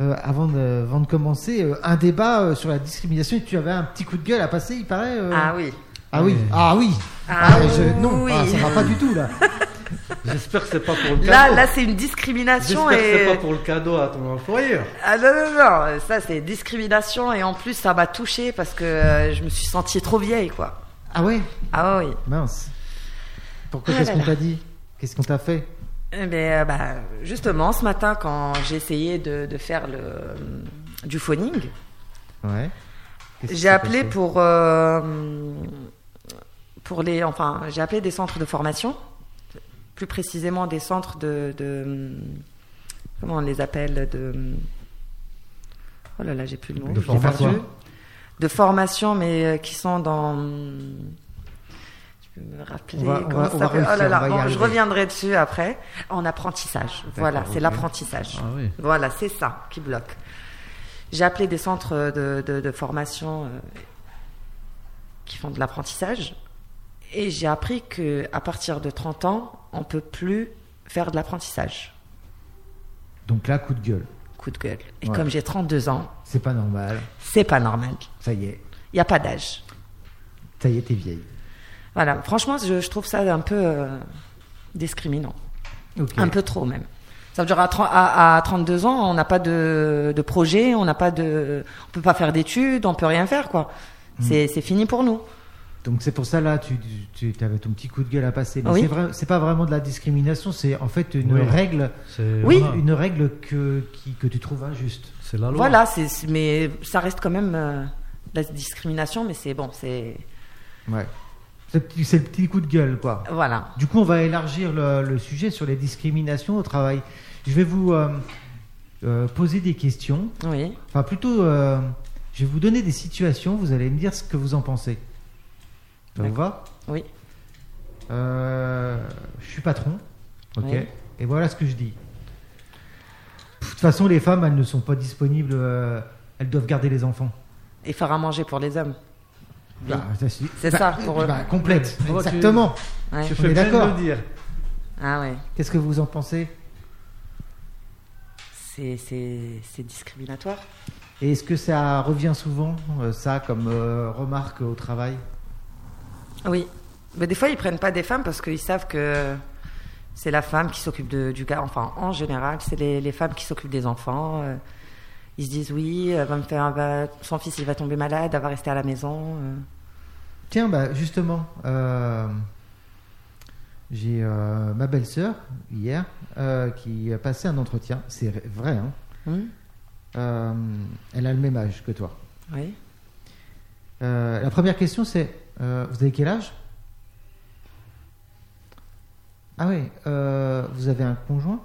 Speaker 2: euh, avant de avant de commencer euh, un débat euh, sur la discrimination. Et tu avais un petit coup de gueule à passer, il paraît. euh.
Speaker 3: Ah oui.
Speaker 2: Ah oui, ah oui.
Speaker 3: Ah
Speaker 2: Ah, je- non,
Speaker 3: oui.
Speaker 2: ah, ça va pas du tout là.
Speaker 1: J'espère que c'est pas pour le cadeau.
Speaker 3: Là, là, c'est une discrimination
Speaker 1: J'espère que c'est
Speaker 3: et
Speaker 1: pas pour le cadeau à ton employeur.
Speaker 3: ah non non non, ça c'est discrimination et en plus ça m'a touchée parce que euh, je me suis sentie trop vieille quoi.
Speaker 2: Ah ouais,
Speaker 3: Ah oui.
Speaker 2: mince. Pourquoi
Speaker 3: Ah
Speaker 2: qu'est-ce
Speaker 3: là
Speaker 2: qu'on
Speaker 3: là.
Speaker 2: t'a dit Qu'est-ce qu'on t'a fait
Speaker 3: Eh ben, euh, bah, justement, ce matin, quand j'ai essayé de, de faire le, euh, du phoning,
Speaker 2: Ouais. Qu'est-ce qui
Speaker 3: j'ai
Speaker 2: s'est
Speaker 3: appelé
Speaker 2: passé
Speaker 3: pour, euh, pour les, enfin, j'ai appelé des centres de formation, plus précisément des centres de, de comment on les appelle, de, oh là là, j'ai plus le mot,
Speaker 2: De
Speaker 3: j'ai
Speaker 2: formation.
Speaker 3: perdu. de formation, mais euh, qui sont dans, je peux me rappeler,
Speaker 2: On va- on
Speaker 3: comment
Speaker 2: va-
Speaker 3: ça
Speaker 2: on va
Speaker 3: s'appelle
Speaker 2: réussir,
Speaker 3: oh là là,
Speaker 2: on va y
Speaker 3: bon, je
Speaker 2: arriver.
Speaker 3: reviendrai dessus après, en apprentissage, voilà, c'est
Speaker 2: ok.
Speaker 3: l'apprentissage.
Speaker 1: Ah oui.
Speaker 3: Voilà, c'est ça qui bloque. J'ai appelé des centres de, de- de formation euh, qui font de l'apprentissage et j'ai appris que à partir de 30 ans, on peut plus faire de l'apprentissage.
Speaker 2: Donc là, coup de gueule.
Speaker 3: Coup de gueule. Et
Speaker 2: Ouais.
Speaker 3: comme j'ai 32 ans,
Speaker 2: C'est pas normal.
Speaker 3: c'est pas normal.
Speaker 2: Ça y est,
Speaker 3: Il n'y a pas d'âge.
Speaker 2: ça y est, t'es vieille.
Speaker 3: Voilà, franchement, je, je trouve ça un peu euh, discriminant.
Speaker 2: Ok.
Speaker 3: Un peu trop même. Ça veut dire à, 30 à- à 32 ans, on n'a pas de, de projet, on n'a pas de, on peut pas faire d'études, on peut rien faire quoi. C'est c'est fini pour nous.
Speaker 2: Donc c'est pour ça là, tu, tu avais ton petit coup de gueule à passer. Mais
Speaker 3: Oui.
Speaker 2: c'est vrai- c'est pas vraiment de la discrimination, c'est en fait une
Speaker 1: Oui.
Speaker 2: règle,
Speaker 1: C'est
Speaker 3: Oui.
Speaker 1: voilà,
Speaker 2: une règle que, qui- que tu trouves injuste.
Speaker 1: c'est la loi.
Speaker 3: Voilà, c'est c'est- mais ça reste quand même euh, la discrimination, mais c'est bon, c'est
Speaker 2: Ouais. C'est le petit- c'est le petit coup de gueule quoi.
Speaker 3: voilà.
Speaker 2: Du coup, on va élargir le, le sujet sur les discriminations au travail. Je vais vous euh, euh, poser des questions.
Speaker 3: Oui,
Speaker 2: Enfin, plutôt, euh, je vais vous donner des situations. Vous allez me dire ce que vous en pensez. Ça vous va
Speaker 3: oui,
Speaker 2: Euh, je suis patron. Ok.
Speaker 3: Ouais.
Speaker 2: Et voilà ce que je dis. De toute façon, les femmes, elles ne sont pas disponibles. euh, elles doivent garder les enfants.
Speaker 3: et faire à manger pour les hommes. Oui.
Speaker 2: Bah, ça, c'est
Speaker 3: C'est
Speaker 2: bah,
Speaker 3: ça, pour eux.
Speaker 2: bah, complète.
Speaker 1: Ouais, tu-
Speaker 2: Exactement.
Speaker 3: Ouais.
Speaker 1: Je
Speaker 2: On est
Speaker 1: fais bien de
Speaker 2: d'accord.
Speaker 1: le dire.
Speaker 3: Ah ouais,
Speaker 2: Qu'est-ce que vous en pensez
Speaker 3: c'est c'est c'est discriminatoire.
Speaker 2: Et est-ce que ça revient souvent, euh, ça, comme euh, remarque au travail
Speaker 3: Oui, mais des fois ils prennent pas des femmes parce qu'ils savent que c'est la femme qui s'occupe de- du gars. Enfin, en général, c'est les, les femmes qui s'occupent des enfants. euh, Ils se disent oui, elle va me faire, va- son fils il va tomber malade, elle va rester à la maison. euh.
Speaker 2: Tiens, bah, justement, euh, j'ai euh, ma belle-sœur, hier, euh, qui a passé un entretien. C'est vrai, hein
Speaker 3: Hum,
Speaker 2: Euh, Elle a le même âge que toi.
Speaker 3: oui.
Speaker 2: Euh, la première question, c'est euh, vous avez quel âge Ah oui, euh, vous avez un conjoint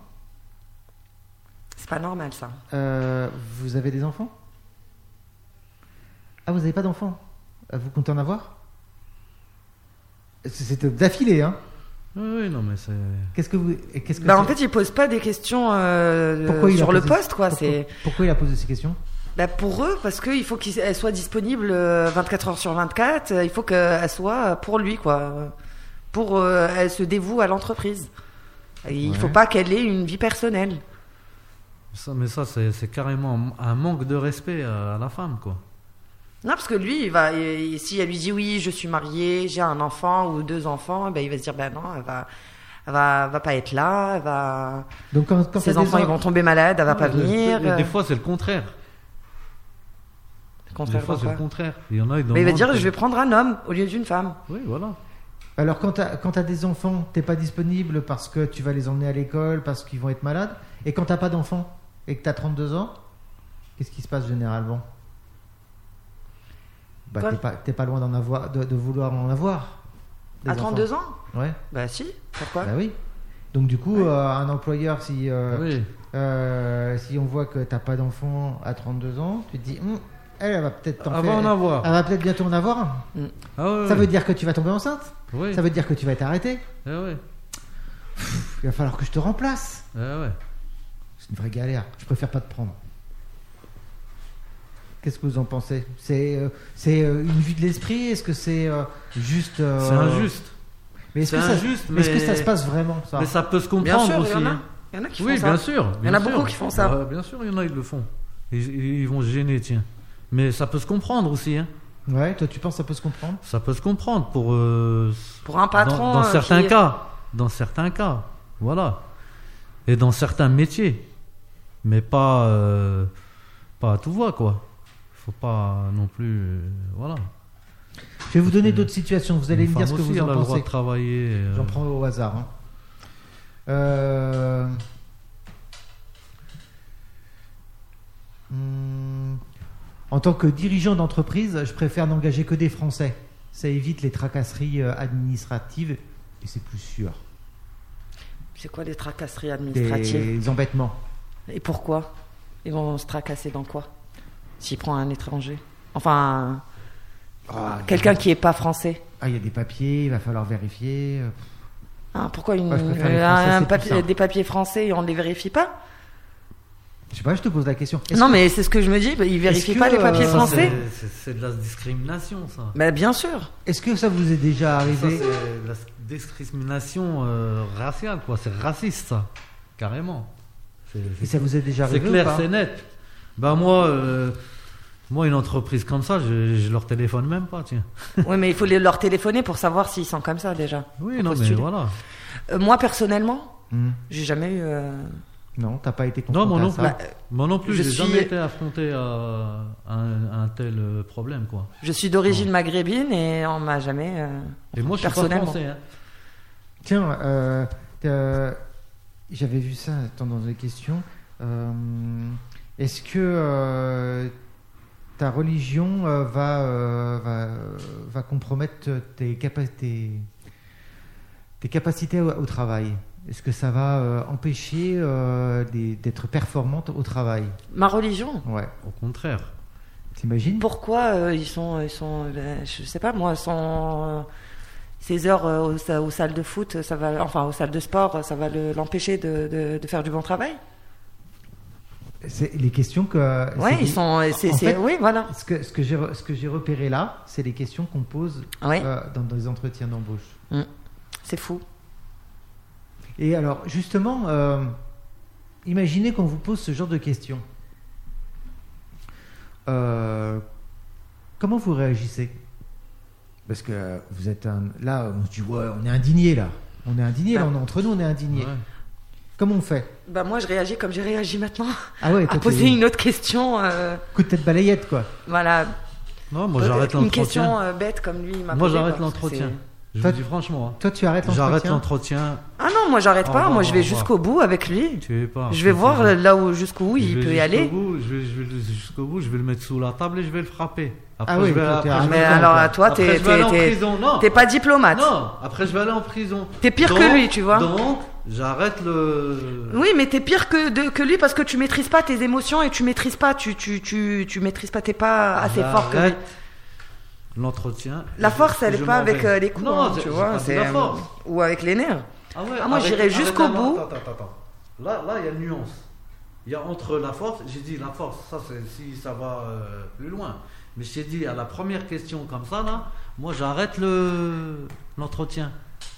Speaker 3: C'est pas normal ça.
Speaker 2: Euh, vous avez des enfants Ah, vous n'avez pas d'enfants Euh, Vous comptez en avoir C'est- C'était d'affilée, hein
Speaker 1: Oui, oui, non, mais c'est.
Speaker 2: Qu'est-ce que vous. et Qu'est-ce que
Speaker 3: Bah, en
Speaker 2: c'est-
Speaker 3: fait, il pose pas des questions euh,
Speaker 2: Pourquoi il a
Speaker 3: sur le
Speaker 2: posé-
Speaker 3: poste, quoi.
Speaker 2: pourquoi-
Speaker 3: C'est
Speaker 2: Pourquoi il a posé ces questions
Speaker 3: bah, pour eux parce qu'il faut qu'elle soit disponible euh, 24 heures sur 24. euh, Il faut qu'elle soit euh, pour lui, quoi. Pour euh, elle se dévoue à l'entreprise. Et Il
Speaker 2: Ouais.
Speaker 3: faut pas qu'elle ait une vie personnelle.
Speaker 1: Ça, mais ça, c'est c'est carrément un manque de respect à, à la femme, quoi.
Speaker 3: Non, parce que lui, il va, il- si elle lui dit oui, je suis mariée, j'ai un enfant ou deux enfants, ben il va se dire ben non, elle va, elle va, elle va pas être là, elle va,
Speaker 2: Donc quand, quand
Speaker 3: ses
Speaker 2: t'as des
Speaker 3: enfants ils
Speaker 2: en-
Speaker 3: vont tomber malades, elle va pas
Speaker 1: Et-
Speaker 3: venir.
Speaker 1: et
Speaker 3: euh,
Speaker 1: des fois, c'est le contraire.
Speaker 3: contraire,
Speaker 1: Des fois, c'est
Speaker 3: quoi.
Speaker 1: le contraire. Il y en a, ils
Speaker 3: Mais il va
Speaker 1: demandent
Speaker 3: dire
Speaker 1: que-
Speaker 3: je vais prendre un homme au lieu d'une femme.
Speaker 1: Oui, voilà.
Speaker 2: Alors quand t'as quand t'as des enfants, t'es pas disponible parce que tu vas les emmener à l'école, parce qu'ils vont être malades. Et quand t'as pas d'enfants et que t'as 32 ans, qu'est-ce qui se passe généralement Bah
Speaker 3: Quoi
Speaker 2: t'es pas t'es pas loin d'en avoir, de, de vouloir en avoir.
Speaker 3: À 32 ans
Speaker 2: ans. Ouais.
Speaker 3: Bah si, pourquoi
Speaker 2: Bah oui. Donc du coup, euh, un employeur si euh,
Speaker 1: Oui.
Speaker 2: euh, si on voit que t'as pas d'enfants à 32 ans, tu te dis Hum, elle, elle va peut-être t'en
Speaker 1: Avant
Speaker 2: faire-
Speaker 1: Ah, en
Speaker 3: Euh,
Speaker 1: avoir.
Speaker 2: Elle va peut-être bientôt en avoir.
Speaker 1: Ah, oui,
Speaker 2: Ça
Speaker 1: oui.
Speaker 2: veut dire que tu vas tomber enceinte.
Speaker 1: Oui.
Speaker 2: Ça veut dire que tu vas être arrêté.
Speaker 1: Eh ouais.
Speaker 2: Il va falloir que je te remplace.
Speaker 1: Eh ouais.
Speaker 2: C'est une vraie galère. Je préfère pas te prendre. Qu'est-ce que vous en pensez C'est euh, c'est euh, une vue de l'esprit Est-ce que c'est euh, juste euh,
Speaker 1: C'est injuste.
Speaker 2: Mais est-ce
Speaker 1: C'est
Speaker 2: que, ça,
Speaker 1: injuste, mais...
Speaker 2: est-ce que ça se passe vraiment ça
Speaker 1: Mais ça peut se
Speaker 3: Bien
Speaker 1: comprendre
Speaker 3: sûr,
Speaker 1: aussi.
Speaker 3: il y en a.
Speaker 1: hein.
Speaker 3: Il y en a qui
Speaker 1: Oui,
Speaker 3: font
Speaker 1: bien
Speaker 3: ça.
Speaker 1: sûr.
Speaker 3: Il y en
Speaker 1: bien
Speaker 3: a beaucoup
Speaker 1: sûr.
Speaker 3: qui font ça.
Speaker 1: Ouais, bien sûr, il y en a, ils le font. Ils, ils vont se gêner, tiens. Mais ça peut se comprendre aussi. Hein.
Speaker 2: Ouais, toi tu penses que ça peut se comprendre
Speaker 1: Ça peut se comprendre pour. euh,
Speaker 3: Pour un
Speaker 1: dans,
Speaker 3: patron.
Speaker 1: dans
Speaker 3: euh,
Speaker 1: certains
Speaker 3: qui-
Speaker 1: cas. Dans certains cas. Voilà. Et dans certains métiers. Mais pas. euh, pas à tout voix, quoi. Faut pas non plus. euh, voilà.
Speaker 2: Je vais vous donner d'autres situations. Vous allez
Speaker 1: Une
Speaker 2: me dire
Speaker 1: femme
Speaker 2: ce que
Speaker 1: aussi,
Speaker 2: vous
Speaker 1: elle a
Speaker 2: en
Speaker 1: le droit
Speaker 2: pensez.
Speaker 1: de travailler. euh,
Speaker 2: J'en prends au hasard. hein. Euh, hum, En tant que dirigeant d'entreprise, je préfère n'engager que des Français. Ça évite les tracasseries euh, administratives et c'est plus sûr.
Speaker 3: C'est quoi les tracasseries administratives
Speaker 2: Des embêtements.
Speaker 3: Et pourquoi Ils vont se tracasser dans quoi S'il prend un étranger. Enfin,
Speaker 2: Ah, il y a
Speaker 3: quelqu'un
Speaker 2: des-
Speaker 3: qui est pas français.
Speaker 2: Ah, il y a des papiers, il va falloir vérifier. euh,
Speaker 3: Hein, pourquoi une,
Speaker 2: Ouais, je préfère les
Speaker 3: euh,
Speaker 2: Français,
Speaker 3: un
Speaker 2: c'est
Speaker 3: papier-
Speaker 2: plus simple.
Speaker 3: des papiers français et on ne les vérifie pas
Speaker 2: Je sais pas, je te pose la question. Est-ce
Speaker 3: Non, mais c'est ce que je me dis. bah, Ils vérifient
Speaker 2: que,
Speaker 3: pas les papiers
Speaker 2: euh,
Speaker 1: ça,
Speaker 3: français
Speaker 1: c'est- c'est- C'est de la discrimination, ça.
Speaker 3: Bah, Bien sûr.
Speaker 2: Est-ce que ça vous est déjà
Speaker 1: Ça,
Speaker 2: arrivé
Speaker 1: c'est la discrimination euh, raciale, quoi. C'est raciste, ça. Carrément. C'est-
Speaker 2: Et ça
Speaker 1: C'est
Speaker 2: vous est déjà
Speaker 1: c'est
Speaker 2: arrivé ou
Speaker 1: clair,
Speaker 2: pas
Speaker 1: c'est net. Ben moi, euh, moi, une entreprise comme ça, je, je leur téléphone même pas, tiens.
Speaker 3: oui, mais il faut les- leur téléphoner pour savoir s'ils sont comme ça déjà.
Speaker 1: Oui,
Speaker 3: Faut
Speaker 1: non, mais
Speaker 3: postuler.
Speaker 1: voilà.
Speaker 3: Euh, moi, personnellement,
Speaker 2: Hum,
Speaker 3: j'ai jamais eu. euh,
Speaker 2: Non, t'as pas été
Speaker 1: Non,
Speaker 2: confronté
Speaker 1: moi non
Speaker 2: à ça.
Speaker 1: plus. Moi non plus,
Speaker 3: Bah, je
Speaker 1: j'ai
Speaker 3: suis-
Speaker 1: jamais été affronté à un, un tel euh, problème, quoi.
Speaker 3: Je suis d'origine maghrébine et on m'a jamais. euh,
Speaker 1: Et moi, je suis pas
Speaker 3: Personnellement.
Speaker 1: français. hein.
Speaker 2: Tiens, euh, euh, j'avais vu ça attends, dans les questions. Euh, Est-ce que euh, ta religion euh, va, euh, va, va compromettre tes, capa- tes, tes capacités au, au travail Est-ce que ça va euh, empêcher euh, des- d'être performante au travail
Speaker 3: Ma religion.
Speaker 2: Ouais.
Speaker 1: Au contraire.
Speaker 2: T'imagines
Speaker 3: Pourquoi euh, ils sont, ils sont, euh, je sais pas moi, sont euh, ces heures euh, aux, sa- aux salles de foot, ça va, enfin aux salles de sport, ça va le- l'empêcher de, de- de faire du bon travail.
Speaker 2: C'est les questions que.
Speaker 3: Ouais,
Speaker 2: c'est-
Speaker 3: ils sont, euh, c'est,
Speaker 2: en
Speaker 3: c'est-
Speaker 2: fait-
Speaker 3: oui, voilà.
Speaker 2: Ce que, ce que j'ai re- ce que j'ai repéré là, c'est les questions qu'on pose
Speaker 3: Ouais,
Speaker 2: euh, dans des entretiens d'embauche.
Speaker 3: c'est fou.
Speaker 2: Et alors, justement, euh, imaginez qu'on vous pose ce genre de questions. Euh, comment vous réagissez Parce que vous êtes un. Là, on se dit, ouais, on est indigné, là. On est indigné, là, on est entre nous, on est indigné.
Speaker 1: Ouais.
Speaker 2: Comment on fait
Speaker 3: Bah moi, je réagis comme j'ai réagi maintenant
Speaker 2: Ah ouais,
Speaker 3: à
Speaker 2: toi,
Speaker 3: poser
Speaker 2: t'es-
Speaker 3: une autre question. euh,
Speaker 2: coup de tête balayette, quoi.
Speaker 3: voilà,
Speaker 1: Non, moi, j'arrête
Speaker 3: Bah, une
Speaker 1: l'entretien.
Speaker 3: question euh, bête comme lui. il m'a
Speaker 1: Moi,
Speaker 3: posé,
Speaker 1: j'arrête
Speaker 3: quoi.
Speaker 1: l'entretien.
Speaker 3: C'est-
Speaker 1: Je
Speaker 2: Toi,
Speaker 1: vous dis franchement. hein.
Speaker 2: Toi, tu arrêtes
Speaker 1: J'arrête
Speaker 2: l'entretien.
Speaker 1: l'entretien
Speaker 3: Ah non, moi j'arrête
Speaker 1: Au
Speaker 3: pas,
Speaker 1: revoir,
Speaker 3: moi je vais
Speaker 1: au revoir.
Speaker 3: jusqu'au bout avec lui.
Speaker 1: Tu veux pas.
Speaker 3: Je vais voir là où jusqu'où
Speaker 1: Je
Speaker 3: il
Speaker 1: vais
Speaker 3: peut y
Speaker 1: jusqu'au
Speaker 3: aller.
Speaker 1: bout, je vais, je vais le- jusqu'au bout, je vais le mettre sous la table et je vais le frapper. Après,
Speaker 2: Ah oui,
Speaker 1: je vais,
Speaker 2: toi,
Speaker 1: après,
Speaker 2: t'es
Speaker 1: je vais
Speaker 2: un
Speaker 3: Mais
Speaker 1: aller en-
Speaker 3: alors à toi,
Speaker 1: après,
Speaker 3: t'es
Speaker 1: je vais aller en
Speaker 3: t'es-
Speaker 1: prison. Non,
Speaker 3: t'es- t'es pas diplomate.
Speaker 1: non, après je vais aller en prison.
Speaker 3: T'es pire que lui, tu vois.
Speaker 1: Donc, j'arrête le.
Speaker 3: Oui, mais t'es pire que, de- que lui parce que tu maîtrises pas tes émotions et tu maîtrises pas, tu, tu, tu, tu maîtrises pas, t'es pas
Speaker 1: Ah,
Speaker 3: assez ah,
Speaker 1: bah,
Speaker 3: fort que lui.
Speaker 1: J'arrête L'entretien.
Speaker 3: La
Speaker 1: Je-
Speaker 3: force, elle
Speaker 1: je
Speaker 3: est pas
Speaker 1: m'en vais.
Speaker 3: avec euh, les coups,
Speaker 1: Non,
Speaker 3: hein,
Speaker 1: c'est-
Speaker 3: tu
Speaker 1: c'est
Speaker 3: vois.
Speaker 1: pas de
Speaker 3: C'est
Speaker 1: la force.
Speaker 3: ou avec les nerfs.
Speaker 1: Ah ouais,
Speaker 3: Ah, moi,
Speaker 1: avec-
Speaker 3: j'irai
Speaker 1: avec
Speaker 3: jusqu'au
Speaker 1: la-
Speaker 3: bout.
Speaker 1: Attends, attends, attends. Là, là, il y a une nuance. Il y a entre la force, j'ai dit la force, ça c'est si ça va euh, plus loin. Mais j'ai dit à la première question comme ça là, moi j'arrête le l'entretien.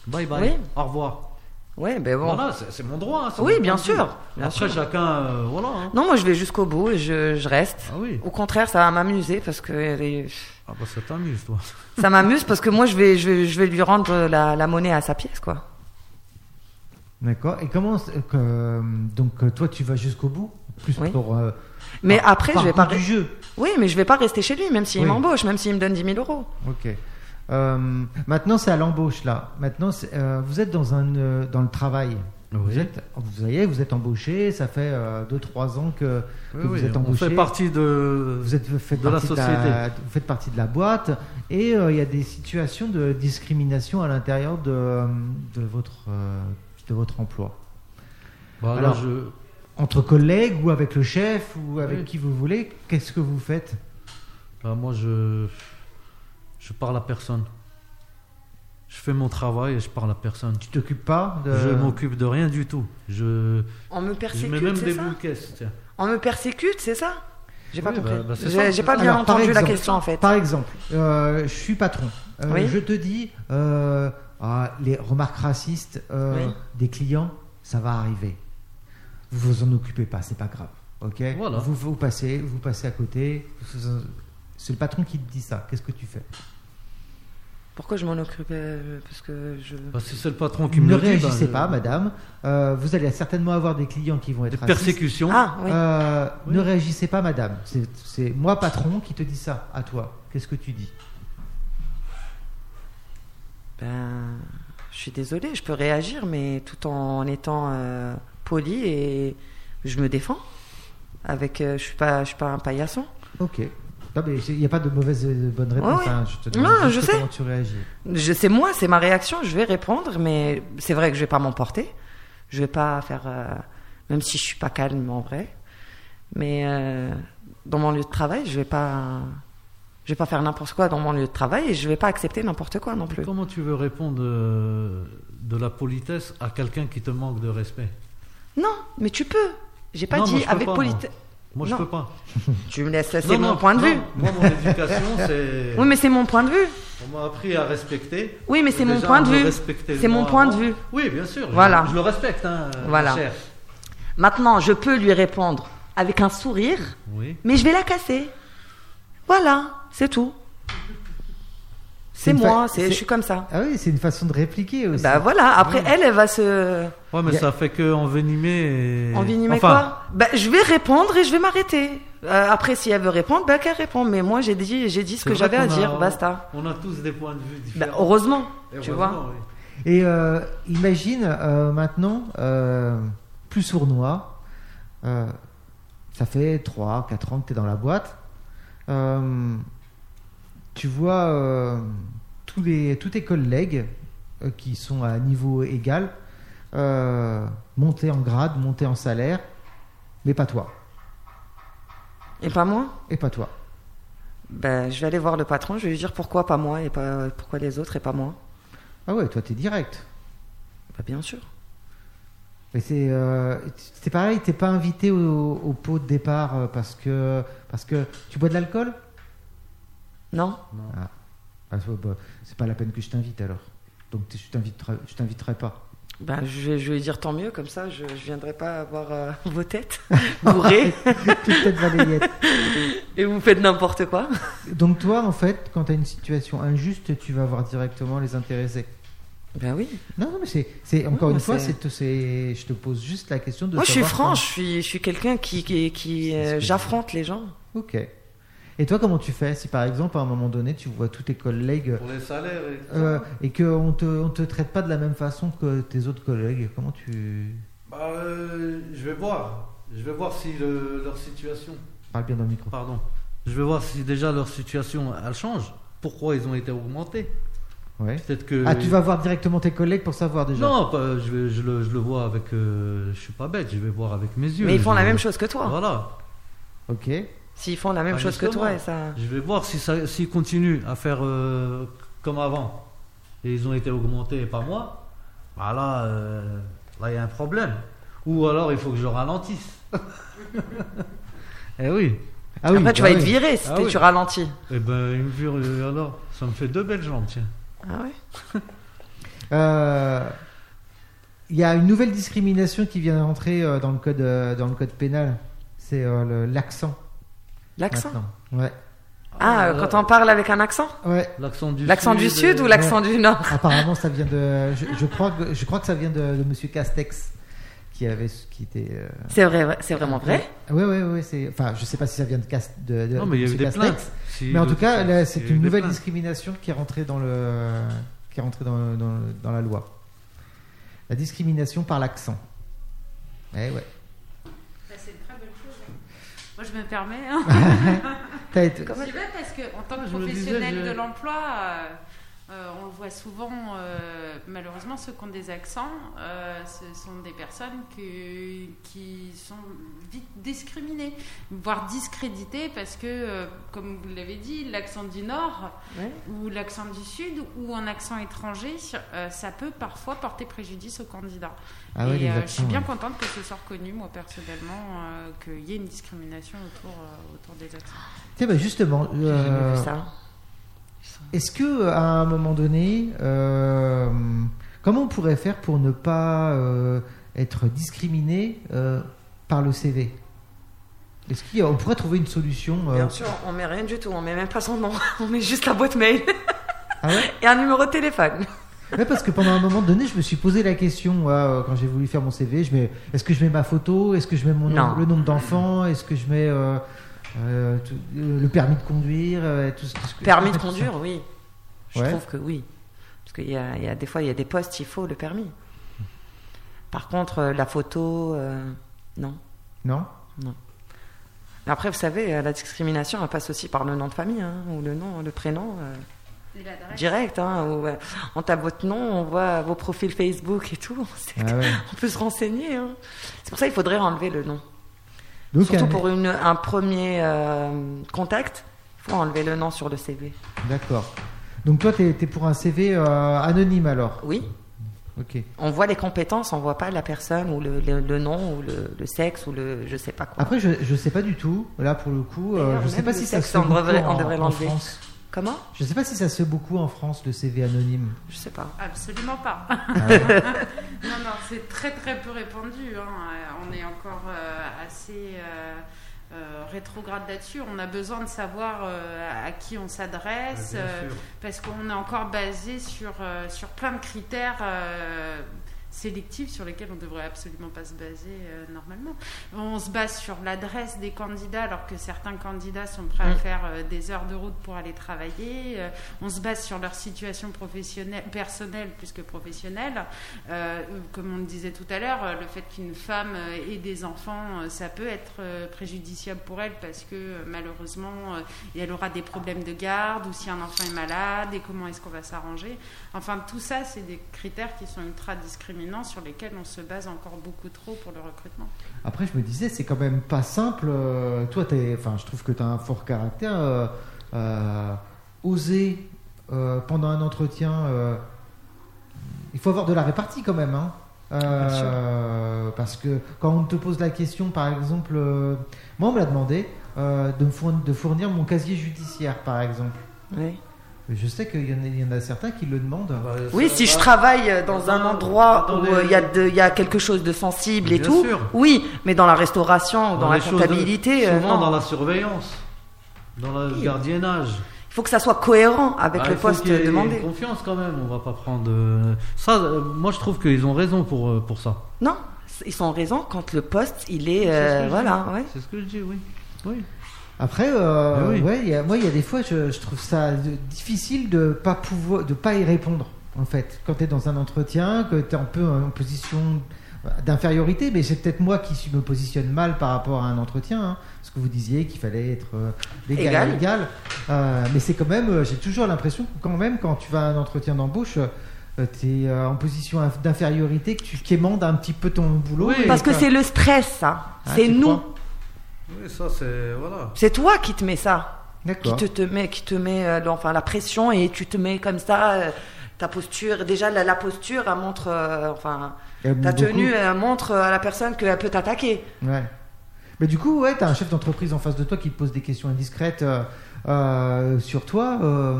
Speaker 1: Bye bye.
Speaker 3: Oui.
Speaker 1: Au revoir.
Speaker 3: Ouais, ben bon.
Speaker 1: Voilà, c'est c'est mon droit. hein, c'est
Speaker 3: Oui,
Speaker 1: mon
Speaker 3: bien
Speaker 1: point de vue.
Speaker 3: sûr, bien
Speaker 1: Après
Speaker 3: sûr.
Speaker 1: chacun, euh, voilà. hein.
Speaker 3: Non, moi je vais jusqu'au bout et je, je reste.
Speaker 1: Ah oui.
Speaker 3: Au contraire, ça va m'amuser parce que les-
Speaker 1: Ah bah ça t'amuse toi.
Speaker 3: ça m'amuse parce que moi je vais, je vais, je vais lui rendre la, la monnaie à sa pièce quoi.
Speaker 2: D'accord. Et comment c'est que, euh, donc euh, toi tu vas jusqu'au bout, plus
Speaker 3: Oui.
Speaker 2: pour euh,
Speaker 3: Mais
Speaker 2: par-
Speaker 3: après
Speaker 2: par
Speaker 3: je vais
Speaker 2: goût
Speaker 3: pas.
Speaker 2: du jeu.
Speaker 3: Oui, mais je vais pas rester chez lui même s'il
Speaker 2: Oui.
Speaker 3: m'embauche, même s'il me donne 10 000 euros.
Speaker 2: Ok. Euh, maintenant c'est à l'embauche là. Maintenant c'est, euh, vous êtes dans un euh, dans le travail. Vous êtes vous voyez vous êtes embauché. Ça fait 2 deux trois ans que
Speaker 1: Oui,
Speaker 2: Que vous
Speaker 1: oui,
Speaker 2: êtes
Speaker 1: on
Speaker 2: embauché.
Speaker 1: fait partie de.
Speaker 2: vous êtes vous faites
Speaker 1: De la
Speaker 2: partie
Speaker 1: société.
Speaker 2: vous faites partie de la boîte et euh, il y a des situations de discrimination à l'intérieur de euh, de votre euh, de votre emploi
Speaker 1: Bah, là,
Speaker 2: Alors,
Speaker 1: je-
Speaker 2: entre collègues ou avec le chef ou avec
Speaker 1: Oui.
Speaker 2: qui vous voulez. Qu'est-ce que vous faites
Speaker 1: Bah, moi, je. Je parle à personne. Je fais mon travail et je parle à personne.
Speaker 2: Tu t'occupes pas de...
Speaker 1: Je m'occupe de rien du tout. Je,
Speaker 3: On me
Speaker 1: je mets même
Speaker 3: persécute,
Speaker 1: des
Speaker 3: c'est ça
Speaker 1: boules caisses. tiens.
Speaker 3: On me persécute, c'est ça J'ai pas
Speaker 1: Oui,
Speaker 3: compris.
Speaker 1: bah, bah, c'est ça.
Speaker 3: J'ai- J'ai pas bien
Speaker 2: Alors, par
Speaker 3: entendu la
Speaker 2: exemple-
Speaker 3: question en fait.
Speaker 2: Par exemple, euh, je suis patron. Euh,
Speaker 3: Oui.
Speaker 2: Je te dis, euh, ah, les remarques racistes euh,
Speaker 3: Oui.
Speaker 2: des clients, ça va arriver. Vous vous en occupez pas, c'est pas grave. Ok.
Speaker 1: Voilà.
Speaker 2: Vous vous passez, vous passez à côté. Vous- C'est le patron qui te dit ça. Qu'est-ce que tu fais
Speaker 3: Pourquoi je m'en occupe euh, Parce que je.
Speaker 1: Bah, si c'est le patron qui me
Speaker 2: Ne
Speaker 1: le dit,
Speaker 2: réagissez
Speaker 1: bah,
Speaker 2: pas,
Speaker 1: je-
Speaker 2: madame. Euh, vous allez certainement avoir des clients qui vont
Speaker 1: Des
Speaker 2: être racistes.
Speaker 1: persécutions.
Speaker 3: Ah oui.
Speaker 2: Euh,
Speaker 1: Oui.
Speaker 2: Ne réagissez pas, madame. C'est- C'est moi, patron, qui te dis ça à toi. Qu'est-ce que tu dis
Speaker 3: Ben, je suis désolée, je peux réagir, mais tout en étant euh, poli et je me défends. Avec, euh, je suis pas, je suis pas un paillasson.
Speaker 2: Ok. Non, mais il n'y a pas de mauvaise euh, bonne réponse.
Speaker 3: Ouais, ouais.
Speaker 2: hein. Je te
Speaker 3: Non,
Speaker 2: demande juste
Speaker 3: je sais.
Speaker 2: comment tu réagis.
Speaker 3: Je, c'est moi, c'est ma réaction. Je vais répondre, mais c'est vrai que je vais pas m'emporter. Je vais pas faire, euh, même si je suis pas calme en vrai. Mais euh, dans mon lieu de travail, je vais pas, je vais pas faire n'importe quoi dans mon lieu de travail et je vais pas accepter n'importe quoi non plus.
Speaker 1: Comment tu veux répondre euh, de la politesse à quelqu'un qui te manque de respect
Speaker 3: Non, mais tu peux. J'ai pas
Speaker 1: Non,
Speaker 3: dit
Speaker 1: moi, je peux
Speaker 3: avec
Speaker 1: pas, moi.
Speaker 3: politesse.
Speaker 1: Moi,
Speaker 3: Non.
Speaker 1: je peux pas.
Speaker 3: Tu me laisses, c'est
Speaker 1: Non,
Speaker 3: mon
Speaker 1: non,
Speaker 3: point de
Speaker 1: non.
Speaker 3: vue.
Speaker 1: Moi, mon éducation, c'est.
Speaker 3: Oui, mais c'est mon point de vue.
Speaker 1: On m'a appris à respecter.
Speaker 3: Oui, mais c'est mon
Speaker 1: Déjà,
Speaker 3: point de
Speaker 1: on me
Speaker 3: vue.
Speaker 1: respectait,
Speaker 3: C'est mon
Speaker 1: moi,
Speaker 3: point de
Speaker 1: avant.
Speaker 3: vue.
Speaker 1: Oui, bien sûr. je-
Speaker 3: Voilà.
Speaker 1: Je, le respecte. Hein,
Speaker 3: Voilà.
Speaker 1: mon cher.
Speaker 3: Maintenant, je peux lui répondre avec un sourire,
Speaker 1: Oui.
Speaker 3: mais je vais la casser. Voilà, c'est tout. C'est
Speaker 2: une
Speaker 3: moi,
Speaker 2: fa-
Speaker 3: c'est
Speaker 2: c'est-
Speaker 3: je suis comme ça.
Speaker 2: Ah oui, c'est une façon de répliquer aussi.
Speaker 3: Bah voilà, après elle, elle va se
Speaker 1: Ouais, mais
Speaker 2: Il y a-
Speaker 1: ça fait que envenimer. et-
Speaker 3: envenimer
Speaker 1: enfin,
Speaker 3: quoi Bah je vais répondre et je vais m'arrêter. Euh, après, si elle veut répondre, bah qu'elle répond. Mais moi, j'ai dit, j'ai dit ce
Speaker 1: c'est
Speaker 3: que
Speaker 1: vrai
Speaker 3: j'avais à
Speaker 1: qu'on a-
Speaker 3: dire, basta.
Speaker 1: On a tous des points de vue
Speaker 3: Bah,
Speaker 1: différents.
Speaker 3: heureusement,
Speaker 1: Et
Speaker 3: tu
Speaker 1: heureusement,
Speaker 3: vois.
Speaker 1: oui.
Speaker 2: Et euh, imagine euh, maintenant, euh, plus sournois, euh, ça fait 3, 4 ans que tu es dans la boîte. Euh, tu vois euh, tous, les, tous tes collègues euh, qui sont à niveau égal euh, monter en grade, monter en salaire, mais pas toi.
Speaker 3: Et pas moi.
Speaker 2: Et pas toi.
Speaker 3: Ben, je vais aller voir le patron, je vais lui dire pourquoi pas moi et pas pourquoi les autres et pas moi.
Speaker 2: Ah ouais, toi t'es direct.
Speaker 3: Bah, bien sûr.
Speaker 2: Mais c'est euh, c'est pareil, t'es pas invité au, au pot de départ euh, parce que parce que tu bois de l'alcool.
Speaker 3: Non
Speaker 2: Ah, c'est pas- c'est pas la peine que je t'invite alors. Donc t'es- je t'inviterai, je t'inviterai pas.
Speaker 3: Ben, je vais, je vais lui dire tant mieux, comme ça je, je viendrai pas avoir euh, vos têtes bourrées
Speaker 2: Toute tête balayette.
Speaker 3: et vous faites n'importe quoi.
Speaker 2: Donc toi, en fait, quand t'as une situation injuste, tu vas voir directement les intéressés.
Speaker 3: Ben oui.
Speaker 2: Non, non, mais c'est, c'est encore une
Speaker 3: Ouais, mais
Speaker 2: fois,
Speaker 3: c'est-
Speaker 2: c'est, c'est- je te pose juste la question de.
Speaker 3: Moi je suis
Speaker 2: savoir
Speaker 3: franche, je suis, je suis quelqu'un qui. qui, qui, euh,
Speaker 2: C'est ce que
Speaker 3: J'affronte les gens.
Speaker 2: comment- Ok. Et toi, comment tu fais si par exemple à un moment donné tu vois tous tes collègues
Speaker 1: Pour les salaires et tout
Speaker 2: euh,
Speaker 1: ça.
Speaker 2: et qu'on te, on te traite pas de la même façon que tes autres collègues Comment tu
Speaker 1: Bah, euh, je vais voir. Je vais voir si le- leur situation.
Speaker 2: parles bien dans le micro
Speaker 1: Pardon. Je vais voir si déjà leur situation, elle change. Pourquoi ils ont été augmentés
Speaker 2: Ouais.
Speaker 1: Peut-être que.
Speaker 2: Ah, tu vas voir directement tes collègues pour savoir déjà.
Speaker 1: Non, pas- je, vais- je le, je le vois avec. euh, je suis pas bête, je vais voir avec mes yeux.
Speaker 3: Mais ils font
Speaker 1: Je-
Speaker 3: la même chose que toi.
Speaker 1: Voilà.
Speaker 2: Ok.
Speaker 3: S'ils font la même
Speaker 1: Ah,
Speaker 3: chose que
Speaker 1: justement.
Speaker 3: toi, et ça.
Speaker 1: Je vais voir si ça- s'ils continuent à faire euh, comme avant et ils ont été augmentés et pas moi. Bah là, euh, là il y a un problème. Ou alors il faut que je ralentisse. eh oui.
Speaker 2: Ah oui,
Speaker 3: Après, tu
Speaker 2: bah
Speaker 3: vas être
Speaker 2: oui.
Speaker 3: viré si
Speaker 1: Ah
Speaker 3: t'es-
Speaker 1: oui.
Speaker 3: tu ralentis.
Speaker 1: Eh ben une vure euh, alors, ça me fait deux belles jambes tiens.
Speaker 3: Ah ouais.
Speaker 2: Euh, Il y a une nouvelle discrimination qui vient d'entrer euh, dans le code euh, dans le code pénal. C'est euh, le- l'accent.
Speaker 3: L'accent.
Speaker 2: maintenant. Ouais.
Speaker 3: Ah, euh,
Speaker 1: là,
Speaker 3: quand on parle avec un accent
Speaker 2: Ouais.
Speaker 1: l'accent du
Speaker 3: L'accent du sud
Speaker 1: euh,
Speaker 3: ou l'accent du nord
Speaker 2: Apparemment, ça vient de. Je, je crois que je crois que ça vient de, de Monsieur Castex, qui avait qui était. euh,
Speaker 3: C'est vrai, vrai- c'est vraiment vrai.
Speaker 2: Ouais, ouais, ouais. C'est. Enfin, je sais pas si ça vient de Cast. De, de
Speaker 1: Non mais il y a eu
Speaker 2: Monsieur
Speaker 1: des
Speaker 2: Castex.
Speaker 1: plaintes. Si,
Speaker 2: Mais en
Speaker 1: de-
Speaker 2: tout cas, là,
Speaker 1: il
Speaker 2: c'est
Speaker 1: y a eu
Speaker 2: une
Speaker 1: des
Speaker 2: nouvelle
Speaker 1: plaintes.
Speaker 2: discrimination qui est rentrée dans le qui est rentrée dans, dans, dans la loi. La discrimination par l'accent. Eh ouais.
Speaker 5: Ça, Ben, c'est une très bonne chose. hein. Moi, je me permets. Hein.
Speaker 2: T'as été-
Speaker 5: J'y vais parce que en tant que
Speaker 1: Je me disais,
Speaker 5: professionnel
Speaker 1: je-
Speaker 5: de l'emploi, euh, euh, on le voit souvent, euh, malheureusement, ceux qui ont des accents, euh, ce sont des personnes que- qui sont vite discriminées, voire discréditées, parce que, euh, comme vous l'avez dit, l'accent du Nord
Speaker 3: Ouais.
Speaker 5: ou l'accent du Sud ou un accent étranger, euh, ça peut parfois porter préjudice au candidat.
Speaker 2: Ah ouais,
Speaker 5: Et
Speaker 2: les
Speaker 5: euh, je
Speaker 2: accents,
Speaker 5: suis bien
Speaker 2: ouais.
Speaker 5: contente que ce soit reconnu, moi personnellement, euh, qu'il y ait une discrimination autour, euh, autour des accents.
Speaker 2: Tiens, bah, justement,
Speaker 3: J'ai jamais
Speaker 2: euh,
Speaker 3: vu ça.
Speaker 2: est-ce que à un moment donné, euh, comment on pourrait faire pour ne pas euh, être discriminé euh, par le CV Est-ce qu'on pourrait trouver une solution euh,
Speaker 3: Bien sûr, on met rien du tout, on met même pas son nom, on met juste la boîte mail
Speaker 2: Ah ouais
Speaker 3: et un numéro de téléphone.
Speaker 2: Ouais, parce que pendant un moment donné, je me suis posé la question moi, euh, quand j'ai voulu faire mon CV. Je mets, est-ce que je mets ma photo Est-ce que je mets mon nom-
Speaker 3: Non.
Speaker 2: le nombre d'enfants Est-ce que je mets euh, euh, tout- euh, le permis de conduire euh, tout, ce- tout ce que-
Speaker 3: Permis de
Speaker 2: tout ça.
Speaker 3: conduire, oui. Je
Speaker 2: Ouais.
Speaker 3: trouve que oui. Parce qu'il y a, il y a des fois, il y a des postes, il faut le permis. Par contre, euh, la photo, euh, non.
Speaker 2: Non.
Speaker 3: Mais Après, vous savez, euh, la discrimination, elle passe aussi par le nom de famille, hein, ou le nom, le prénom, euh,
Speaker 5: Et l'adresse
Speaker 3: direct. Hein, ou, euh, on tape votre nom, on voit vos profils Facebook et tout, on, sait-
Speaker 2: Ah ouais.
Speaker 3: on peut se renseigner. hein. C'est pour ça qu'il faudrait enlever le nom.
Speaker 2: Donc, euh,
Speaker 3: Surtout
Speaker 2: un-
Speaker 3: pour une- un premier euh, contact, il faut enlever le nom sur le CV.
Speaker 2: D'accord. Donc toi, t'es, t'es pour un CV euh, anonyme alors
Speaker 3: Oui,
Speaker 2: Ok.
Speaker 3: on voit les compétences, on voit pas la personne ou le, le- le nom ou le, le sexe ou le je sais pas quoi.
Speaker 2: Après, je, je sais pas du tout. Là, pour le coup, euh,
Speaker 3: D'ailleurs,
Speaker 2: je sais
Speaker 3: même
Speaker 2: pas
Speaker 3: le
Speaker 2: si ça
Speaker 3: sexe,
Speaker 2: se fait
Speaker 3: on
Speaker 2: beaucoup
Speaker 3: devrait- on
Speaker 2: en,
Speaker 3: devrait
Speaker 2: en
Speaker 3: l'enlever.
Speaker 2: France.
Speaker 3: Comment
Speaker 2: Je sais pas si ça se fait beaucoup en France le CV anonyme.
Speaker 3: Je sais pas.
Speaker 5: Absolument pas.
Speaker 2: Ah ouais.
Speaker 5: Non, non, c'est très très peu répandu. hein. Euh, On est encore euh, assez euh, euh, rétrograde là-dessus. On a besoin de savoir euh, à qui on
Speaker 1: Ah,
Speaker 5: s'adresse,
Speaker 1: bien
Speaker 5: euh,
Speaker 1: sûr.
Speaker 5: parce qu'on est encore basé sur, euh, sur plein de critères euh, sélectifs sur lesquels on ne devrait absolument pas se baser euh, normalement. On se base sur l'adresse des candidats, alors que certains candidats sont prêts à
Speaker 3: Mm.
Speaker 5: faire euh, des heures de route pour aller travailler. Euh, on se base sur leur situation professionnelle, personnelle plus que professionnelle. Euh, comme on le disait tout à l'heure, euh, le fait qu'une femme euh, ait des enfants, euh, ça peut être euh, préjudiciable pour elle parce que euh, malheureusement, euh, et elle aura des problèmes de garde ou si un enfant est malade et comment est-ce qu'on va s'arranger. Enfin, tout ça, c'est des critères qui sont ultra discriminants sur lesquels on se base encore beaucoup trop pour le recrutement.
Speaker 2: Après, je me disais, c'est quand même pas simple. euh, toi, t'es, enfin, je trouve que tu as un fort caractère. euh, euh, oser euh, pendant un entretien, euh, il faut avoir de la répartie quand même. hein. Euh, parce que quand on te pose la question, par exemple, euh, moi, on me l'a demandé euh, de, me fournir, de fournir mon casier judiciaire, par exemple.
Speaker 3: Oui,
Speaker 2: Je sais qu'il y, en a- il y en a certains qui le demandent.
Speaker 1: Ah bah,
Speaker 3: Oui,
Speaker 1: ça
Speaker 3: si je
Speaker 1: va.
Speaker 3: travaille euh, dans un endroit
Speaker 1: Dans
Speaker 3: où
Speaker 1: les-
Speaker 3: euh, il y, a de- il y a quelque chose de sensible et
Speaker 1: Bien
Speaker 3: tout,
Speaker 1: sûr.
Speaker 3: oui, mais dans la restauration ou dans, la
Speaker 1: les choses de-
Speaker 3: comptabilité, euh,
Speaker 1: souvent
Speaker 3: non.
Speaker 1: dans la surveillance, dans le
Speaker 3: Oui.
Speaker 1: gardiennage.
Speaker 3: il faut que ça soit cohérent avec
Speaker 1: Ah,
Speaker 3: le
Speaker 1: il faut
Speaker 3: poste
Speaker 1: qu'il y ait
Speaker 3: demandé.
Speaker 1: Confiance quand même, on va pas prendre. euh, Ça, euh, moi je trouve qu'ils ont raison pour, euh, pour ça.
Speaker 3: Non, c- ils sont en raison quand le poste, il est...
Speaker 1: C'est ce que
Speaker 3: euh,
Speaker 1: je dis.
Speaker 3: voilà, ouais.
Speaker 1: C'est ce que je dis, oui. Oui.
Speaker 2: Après,
Speaker 1: Mais
Speaker 2: euh,
Speaker 1: Ah oui.
Speaker 2: ouais, il y a- moi, il y a des fois, je, je trouve ça de- difficile de pas pouvoir, de pas y répondre. En fait, quand tu es dans un entretien, que tu es un peu en position d'infériorité, mais c'est peut-être moi qui suis- me positionne mal par rapport à un entretien. hein. ce que vous disiez qu'il fallait être euh, d'égal à
Speaker 3: Égal.
Speaker 2: égal. Euh, mais c'est quand même, euh, j'ai toujours l'impression que quand même, quand tu vas à un entretien d'embauche, tu es en position inf- d'infériorité, que tu quémandes un petit peu ton boulot.
Speaker 1: Oui.
Speaker 2: et
Speaker 3: Parce que
Speaker 2: quoi.
Speaker 3: c'est le stress, ça.
Speaker 2: Ah,
Speaker 3: c'est
Speaker 2: tu
Speaker 3: nous.
Speaker 2: crois
Speaker 1: Oui, ça, c'est. Voilà.
Speaker 3: C'est toi qui te mets ça. qui
Speaker 2: D'accord.
Speaker 3: te, te met, qui te met euh, dans- enfin, la pression et tu te mets comme ça, euh, ta posture. Déjà, la, la posture, elle montre, euh, enfin,
Speaker 2: Et
Speaker 3: ta
Speaker 2: beaucoup-
Speaker 3: tenue, elle montre euh, à la personne qu'elle peut t'attaquer.
Speaker 2: Ouais. Mais du coup, ouais, t'as un chef d'entreprise en face de toi qui te pose des questions indiscrètes euh, euh, sur toi. euh,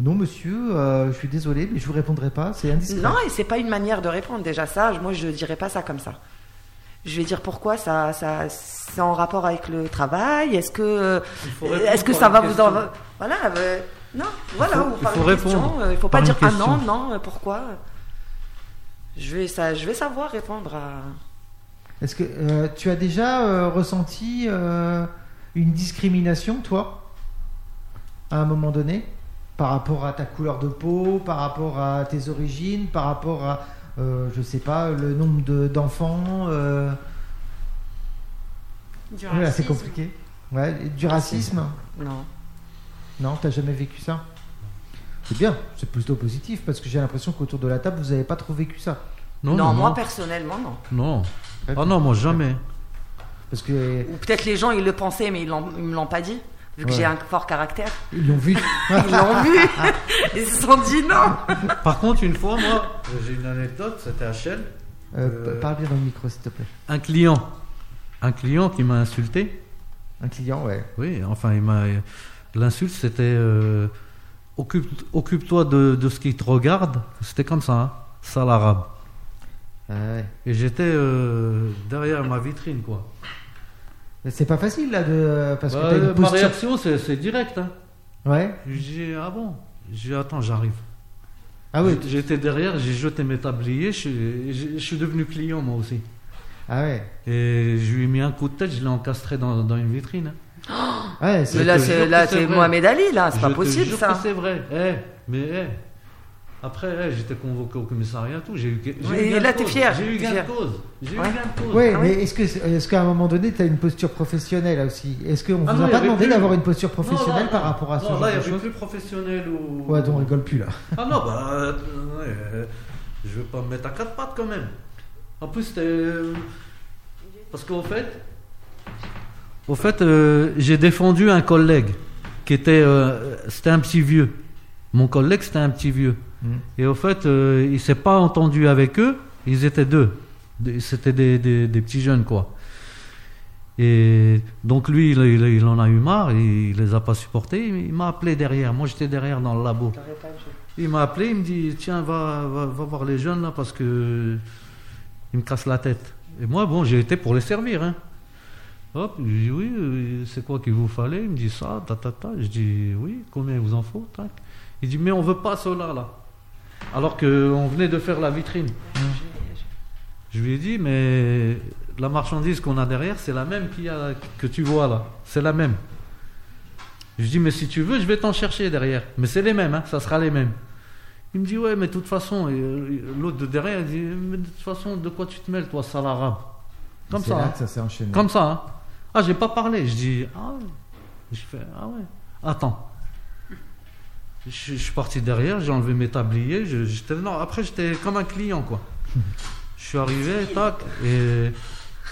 Speaker 2: non, monsieur, euh, je suis désolé, mais je vous répondrai pas. C'est indiscret.
Speaker 3: Non, et c'est pas une manière de répondre. Déjà, ça, moi, je dirais pas ça comme ça. Je vais dire pourquoi ça, ça, c'est en rapport avec le travail. Est-ce que, euh,
Speaker 1: Il faut répondre
Speaker 3: est-ce que
Speaker 1: par
Speaker 3: ça
Speaker 1: une
Speaker 3: va vous en,
Speaker 1: question.
Speaker 3: voilà, euh, non, voilà,
Speaker 1: faut-
Speaker 3: ou
Speaker 1: il
Speaker 3: par
Speaker 1: faut
Speaker 3: une question,
Speaker 1: répondre
Speaker 3: euh, il faut pas
Speaker 1: par une
Speaker 3: dire ah non,
Speaker 1: question.
Speaker 3: non, euh, pourquoi. Je vais, ça, je vais savoir répondre à.
Speaker 2: Est-ce que euh, tu as déjà euh, ressenti euh, une discrimination, toi, à un moment donné, par rapport à ta couleur de peau, par rapport à tes origines, par rapport à, euh, je sais pas, le nombre de- d'enfants. euh,
Speaker 5: Du
Speaker 2: ouais, là, c'est
Speaker 5: racisme.
Speaker 2: compliqué. Ouais, et du racisme.
Speaker 3: Non.
Speaker 2: Non, t'as jamais vécu ça C'est bien, c'est plutôt positif parce que j'ai l'impression qu'autour de la table, vous n'avez pas trop vécu ça.
Speaker 1: Non,
Speaker 3: non,
Speaker 1: non,
Speaker 3: moi
Speaker 1: non.
Speaker 3: personnellement, non.
Speaker 1: Non. Ah non, moi jamais.
Speaker 2: Parce que euh,
Speaker 3: Ou peut-être les gens, ils le pensaient, mais ils l'ont- ils me l'ont pas dit, vu que
Speaker 2: Ouais.
Speaker 3: j'ai un fort caractère.
Speaker 2: ils l'ont vu.
Speaker 3: Ils
Speaker 1: Ah,
Speaker 3: l'ont vu Ils se sont dit non
Speaker 1: Par contre, une fois, moi, j'ai une anecdote, c'était à Shell.
Speaker 2: Euh,
Speaker 1: Euh.
Speaker 2: Parle bien dans le micro, s'il te plaît.
Speaker 1: Un client, un client qui m'a insulté.
Speaker 2: Un client, ouais.
Speaker 1: Oui, enfin, il m'a. L'insulte, c'était euh, occupe, occupe-toi de, de ce qui te regarde. C'était comme ça, hein, sale arabe.
Speaker 2: Ah ouais.
Speaker 1: Et j'étais euh, derrière ma vitrine, quoi.
Speaker 2: Mais C'est pas facile là de parce que
Speaker 1: Bah,
Speaker 2: t'as
Speaker 1: euh,
Speaker 2: une
Speaker 1: ma
Speaker 2: posture.
Speaker 1: réaction, c'est, c'est direct. Hein.
Speaker 2: Ouais.
Speaker 1: J'ai ah bon. J'ai attends, j'arrive.
Speaker 2: Ah oui.
Speaker 1: J'étais- J'étais derrière, j'ai jeté mes tabliers. Je, suis- je- je suis devenu client moi aussi.
Speaker 2: Ah ouais.
Speaker 1: Et je lui ai mis un coup de tête, je l'ai encastré dans, dans une vitrine. hein.
Speaker 2: Ouais.
Speaker 1: Je
Speaker 3: Mais
Speaker 2: c'est-
Speaker 3: là,
Speaker 1: te jure
Speaker 3: c'est
Speaker 1: que
Speaker 3: là,
Speaker 1: c'est
Speaker 3: c'est
Speaker 1: vrai.
Speaker 3: Mohamed Ali, là, Ah, c'est pas
Speaker 1: Je te
Speaker 3: possible
Speaker 1: jure
Speaker 3: ça
Speaker 1: que C'est vrai. Eh, mais eh. Après, eh, j'étais convoqué au commissariat, tout. J'ai eu. j'ai eu
Speaker 3: Et
Speaker 1: gain de
Speaker 3: là, t'es
Speaker 1: cause.
Speaker 3: fier,
Speaker 1: J'ai eu
Speaker 3: t'es
Speaker 1: gain
Speaker 3: fier.
Speaker 1: de cause. J'ai eu
Speaker 3: Ouais.
Speaker 1: gain de cause.
Speaker 2: Ouais,
Speaker 3: Ah
Speaker 2: mais
Speaker 3: oui.
Speaker 2: est-ce que est-ce qu'à un moment donné, t'as une posture professionnelle aussi Est-ce qu'on
Speaker 1: Ah
Speaker 2: vous
Speaker 1: non, il
Speaker 2: a
Speaker 1: y
Speaker 2: pas
Speaker 1: avait
Speaker 2: demandé
Speaker 1: plus.
Speaker 2: d'avoir une posture
Speaker 1: Non, là,
Speaker 2: professionnelle par
Speaker 1: non.
Speaker 2: rapport
Speaker 3: Ah,
Speaker 2: à ce
Speaker 1: non,
Speaker 2: genre
Speaker 1: là,
Speaker 2: de
Speaker 1: il y avait
Speaker 2: choses
Speaker 1: plus professionnel ou.
Speaker 2: Ouais, donc on rigole plus là.
Speaker 1: Ah non, bah. euh, ouais, euh, je vais pas me mettre à quatre pattes quand même. En plus, c'était. euh, Parce qu'au fait. Au fait, euh, j'ai défendu un collègue qui était. euh, c'était un petit vieux. Mon collègue, c'était un petit vieux.
Speaker 2: Mm.
Speaker 1: Et au fait, euh, il s'est pas entendu avec eux. Ils étaient deux. Des- C'était des, des- des petits jeunes, quoi. Et donc lui, il, il- il en a eu marre. Il, les a pas supportés. Il m'a appelé derrière. Moi, j'étais derrière dans le labo. Il m'a appelé. Il me dit Tiens, va, va, va voir les jeunes, là, parce que ils me cassent la tête. Et moi, bon, j'ai été pour les servir. Hein. Hop, je dis oui, euh, c'est quoi qu'il vous fallait Il me dit ça, ta ta ta. Je dis oui, combien il vous en faut Tac. Il dit mais on veut pas cela là. Alors qu'on venait de faire la vitrine. Je lui ai dit mais la marchandise qu'on a derrière, c'est la même qu'il y a, que tu vois là. C'est la même. Je dis mais si tu veux, je vais t'en chercher derrière. Mais c'est les mêmes, hein, ça sera les mêmes. Il me dit ouais, mais de toute façon, et, euh, l'autre de derrière il dit mais de toute façon, de quoi tu te mêles toi, sale arabe Comme
Speaker 2: C'est
Speaker 1: ça.
Speaker 2: là
Speaker 1: hein.
Speaker 2: que ça s'est enchaîné.
Speaker 1: Comme ça, hein. Ah, j'ai pas parlé. Je dis, ah ouais. Je fais, ah ouais. Attends. Je, je suis parti derrière, j'ai enlevé mes tabliers. je- J'étais, non, après, j'étais comme un client, quoi. Je suis arrivé, tac. Et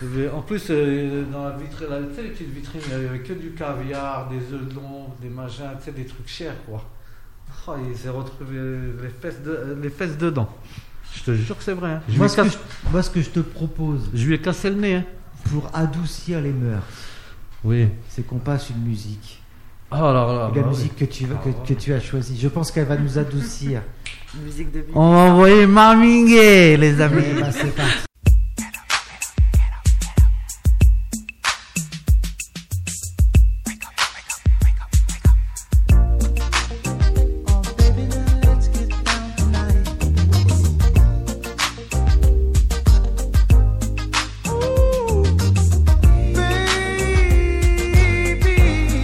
Speaker 1: et en plus, euh, dans la vitrine, là, tu sais, les petites vitrines, il y avait que du caviar, des œufs longs, des machins, tu sais, des trucs chers, quoi. Oh, il s'est retrouvé les fesses, de- les fesses dedans. Je te jure que c'est vrai. hein. Je,
Speaker 2: Moi
Speaker 1: lui ai
Speaker 2: ce, que
Speaker 1: cassé,
Speaker 2: je, moi, ce que je te propose
Speaker 1: je lui ai cassé le nez. hein.
Speaker 2: pour adoucir les mœurs,
Speaker 1: Oui.
Speaker 2: c'est qu'on passe une musique.
Speaker 1: Ah, alors là.
Speaker 2: la
Speaker 1: bah oui.
Speaker 2: musique que, tu, vas- que,
Speaker 1: Ah,
Speaker 2: que tu as choisie. Je pense qu'elle va nous adoucir.
Speaker 3: Musique de vie.
Speaker 1: On va envoyer Marminguet, les amis.
Speaker 2: Eh ben, c'est parti.
Speaker 6: Baby,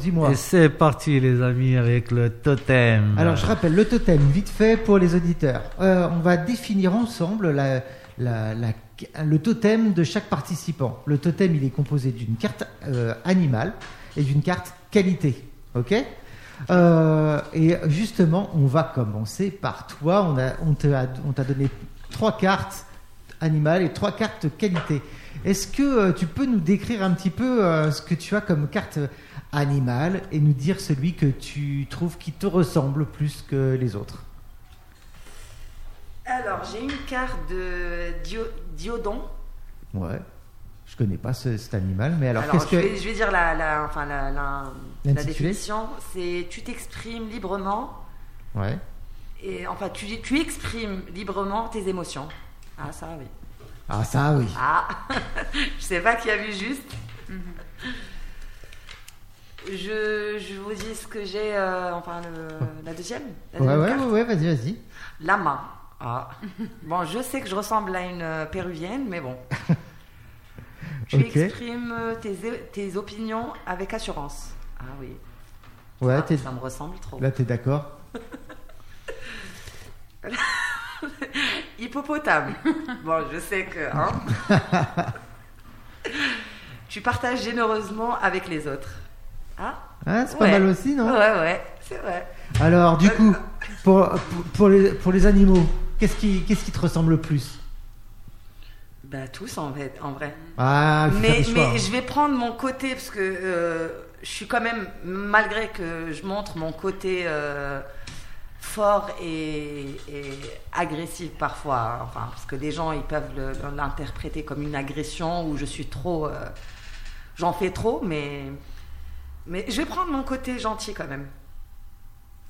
Speaker 2: dis moi.
Speaker 1: Et c'est parti, les amis, avec le totem.
Speaker 2: Alors, je rappelle le totem, vite fait, pour les auditeurs. Euh, on va définir ensemble la- la- la- le totem de chaque participant. Le totem, il est composé d'une carte euh, animale et d'une carte qualité. OK Euh, Et justement, on va commencer par toi. On a- on te a- on t'a donné trois cartes animales et trois cartes qualité. Est-ce que euh, tu peux nous décrire un petit peu euh, ce que tu as comme carte animal et nous dire celui que tu trouves qui te ressemble plus que les autres.
Speaker 3: Alors, j'ai une carte de Dio- Diodon.
Speaker 2: Ouais. Je connais pas ce- cet animal, mais alors,
Speaker 3: Alors,
Speaker 2: qu'est-ce
Speaker 3: je,
Speaker 2: que.
Speaker 3: vais, je vais dire la, la, enfin, la, la, la
Speaker 2: L'intitulé
Speaker 3: définition. C'est tu t'exprimes librement,
Speaker 2: Ouais.
Speaker 3: et enfin, tu, tu exprimes librement tes émotions. Ah, ça, oui.
Speaker 2: Ah, ça, oui.
Speaker 3: Ah, je sais pas qui a vu juste. Je, je vous dis ce que j'ai, euh, enfin le- la deuxième. Ah, La
Speaker 2: Ouais,
Speaker 3: deuxième
Speaker 2: ouais,
Speaker 3: carte.
Speaker 2: ouais, ouais, vas-y, vas-y.
Speaker 3: La main. Ah. Bon, je sais que je ressemble à une euh, péruvienne, mais bon. Tu
Speaker 2: Ok.
Speaker 3: exprimes euh, tes, tes opinions avec assurance. Ah oui.
Speaker 2: Ouais,
Speaker 3: Ah,
Speaker 2: t'es-
Speaker 3: ça me ressemble trop.
Speaker 2: là, t'es d'accord
Speaker 3: Hippopotame. bon, je sais que. hein. tu partages généreusement avec les autres. Ah.
Speaker 2: Hein, c'est pas
Speaker 3: Ouais.
Speaker 2: mal aussi, non
Speaker 3: Ouais, ouais, c'est vrai.
Speaker 2: Alors, du coup, pour, pour, pour les, pour les animaux, qu'est-ce qui, qu'est-ce qui te ressemble le plus
Speaker 3: Bah, tous en vrai. En vrai.
Speaker 2: Ah, il faut faire
Speaker 3: Mais,
Speaker 2: des choix,
Speaker 3: mais
Speaker 2: hein.
Speaker 3: je vais prendre mon côté parce que euh, je suis quand même, malgré que je montre mon côté euh, fort et, et agressif parfois, hein, enfin, parce que les gens ils peuvent le- le- l'interpréter comme une agression ou je suis trop, euh, j'en fais trop, mais, mais je vais prendre mon côté gentil quand même.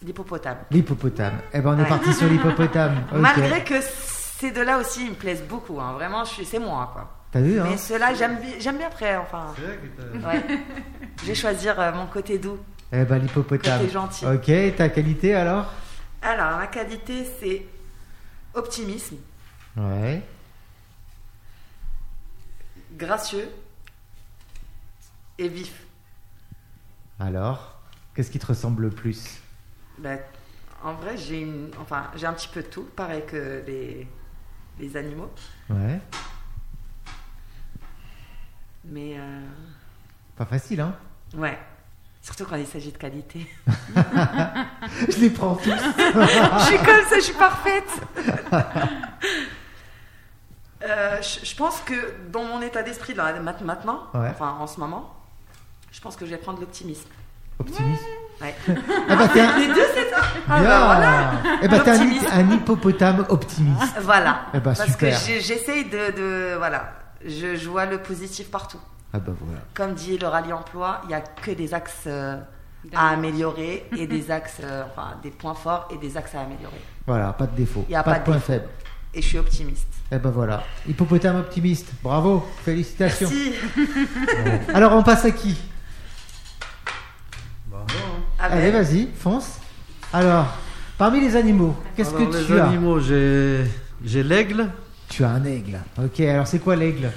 Speaker 3: L'hippopotame.
Speaker 2: L'hippopotame. Eh ben, on est
Speaker 3: Ouais.
Speaker 2: parti sur l'hippopotame. Ok.
Speaker 3: Malgré que ces deux-là aussi ils me plaisent beaucoup, hein, vraiment, je suis- c'est moi quoi.
Speaker 2: T'as vu, hein
Speaker 3: Mais ceux-là j'aime bi- j'aime bien après, enfin.
Speaker 1: C'est vrai que t'as-
Speaker 3: Ouais. je vais choisir euh, mon côté doux,
Speaker 2: Eh ben, l'hippopotame.
Speaker 3: côté gentil.
Speaker 2: Ok, et ta qualité alors
Speaker 3: Alors, ma qualité, c'est optimisme,
Speaker 2: Ouais.
Speaker 3: gracieux et vif.
Speaker 2: Alors, qu'est-ce qui te ressemble le plus
Speaker 3: Ben, en vrai, j'ai une, enfin, j'ai un petit peu de tout, pareil que les, les animaux.
Speaker 2: Ouais.
Speaker 3: Mais euh,
Speaker 2: Pas facile, hein
Speaker 3: ouais, surtout quand il s'agit de qualité.
Speaker 2: Je les prends tous.
Speaker 3: je suis comme ça, je suis parfaite. Euh, je, je pense que dans mon état d'esprit là, mat- maintenant,
Speaker 2: Ouais.
Speaker 3: enfin en ce moment, je pense que je vais prendre l'optimisme.
Speaker 2: Optimiste.
Speaker 3: Ouais.
Speaker 2: Ah bah t'es un...
Speaker 3: Les deux, c'est ça Ah,
Speaker 2: Bien.
Speaker 3: bah, voilà.
Speaker 2: Eh bah, t'es un,
Speaker 3: Optimiste.
Speaker 2: hi- un hippopotame optimiste.
Speaker 3: Voilà.
Speaker 2: Eh bah,
Speaker 3: Parce
Speaker 2: super.
Speaker 3: que j'ai- j'essaye de, de- Voilà. Je, je vois le positif partout.
Speaker 2: Ah bah voilà.
Speaker 3: Comme dit le rallye emploi, il n'y a que des axes euh, à
Speaker 5: D'accord.
Speaker 3: améliorer et des axes. euh, enfin, des points forts et des axes à améliorer.
Speaker 2: Voilà, pas de défaut.
Speaker 3: Y a
Speaker 2: pas,
Speaker 3: pas
Speaker 2: de
Speaker 3: de
Speaker 2: point
Speaker 3: défaut.
Speaker 2: faible.
Speaker 3: Et je suis optimiste.
Speaker 2: Eh bah voilà. Hippopotame optimiste. Bravo. Félicitations.
Speaker 3: Merci.
Speaker 2: Alors on passe à qui
Speaker 1: Bah, moi, hein.
Speaker 3: Ah ben,
Speaker 2: Allez, vas-y, fonce. Alors, parmi les animaux, qu'est-ce
Speaker 1: Alors,
Speaker 2: que
Speaker 1: les
Speaker 2: tu as
Speaker 1: animaux, j'ai j'ai l'aigle.
Speaker 2: Tu as un aigle. Ok, alors c'est quoi l'aigle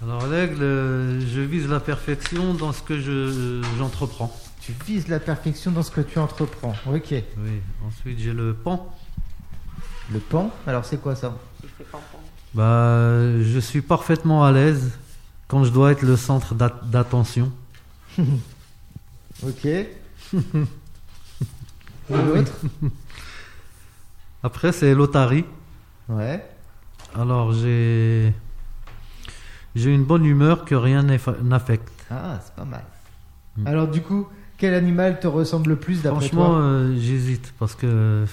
Speaker 1: Alors l'aigle, euh, je vise la perfection dans ce que je j'entreprends.
Speaker 2: Tu vises la perfection dans ce que tu entreprends. Ok.
Speaker 1: Oui. Ensuite, j'ai le pan.
Speaker 2: Le pan, alors c'est quoi ça
Speaker 3: il fait pam-pam.
Speaker 1: Bah, je suis parfaitement à l'aise quand je dois être le centre d'at- d'attention.
Speaker 2: Ok. Et l'autre
Speaker 1: Après, c'est l'otarie.
Speaker 2: Ouais.
Speaker 1: Alors j'ai j'ai une bonne humeur que rien n'eff- n'affecte.
Speaker 2: Ah, c'est pas mal.
Speaker 1: Mm.
Speaker 2: Alors du coup, quel animal te ressemble le plus d'après
Speaker 1: Franchement,
Speaker 2: toi
Speaker 1: euh, j'hésite parce que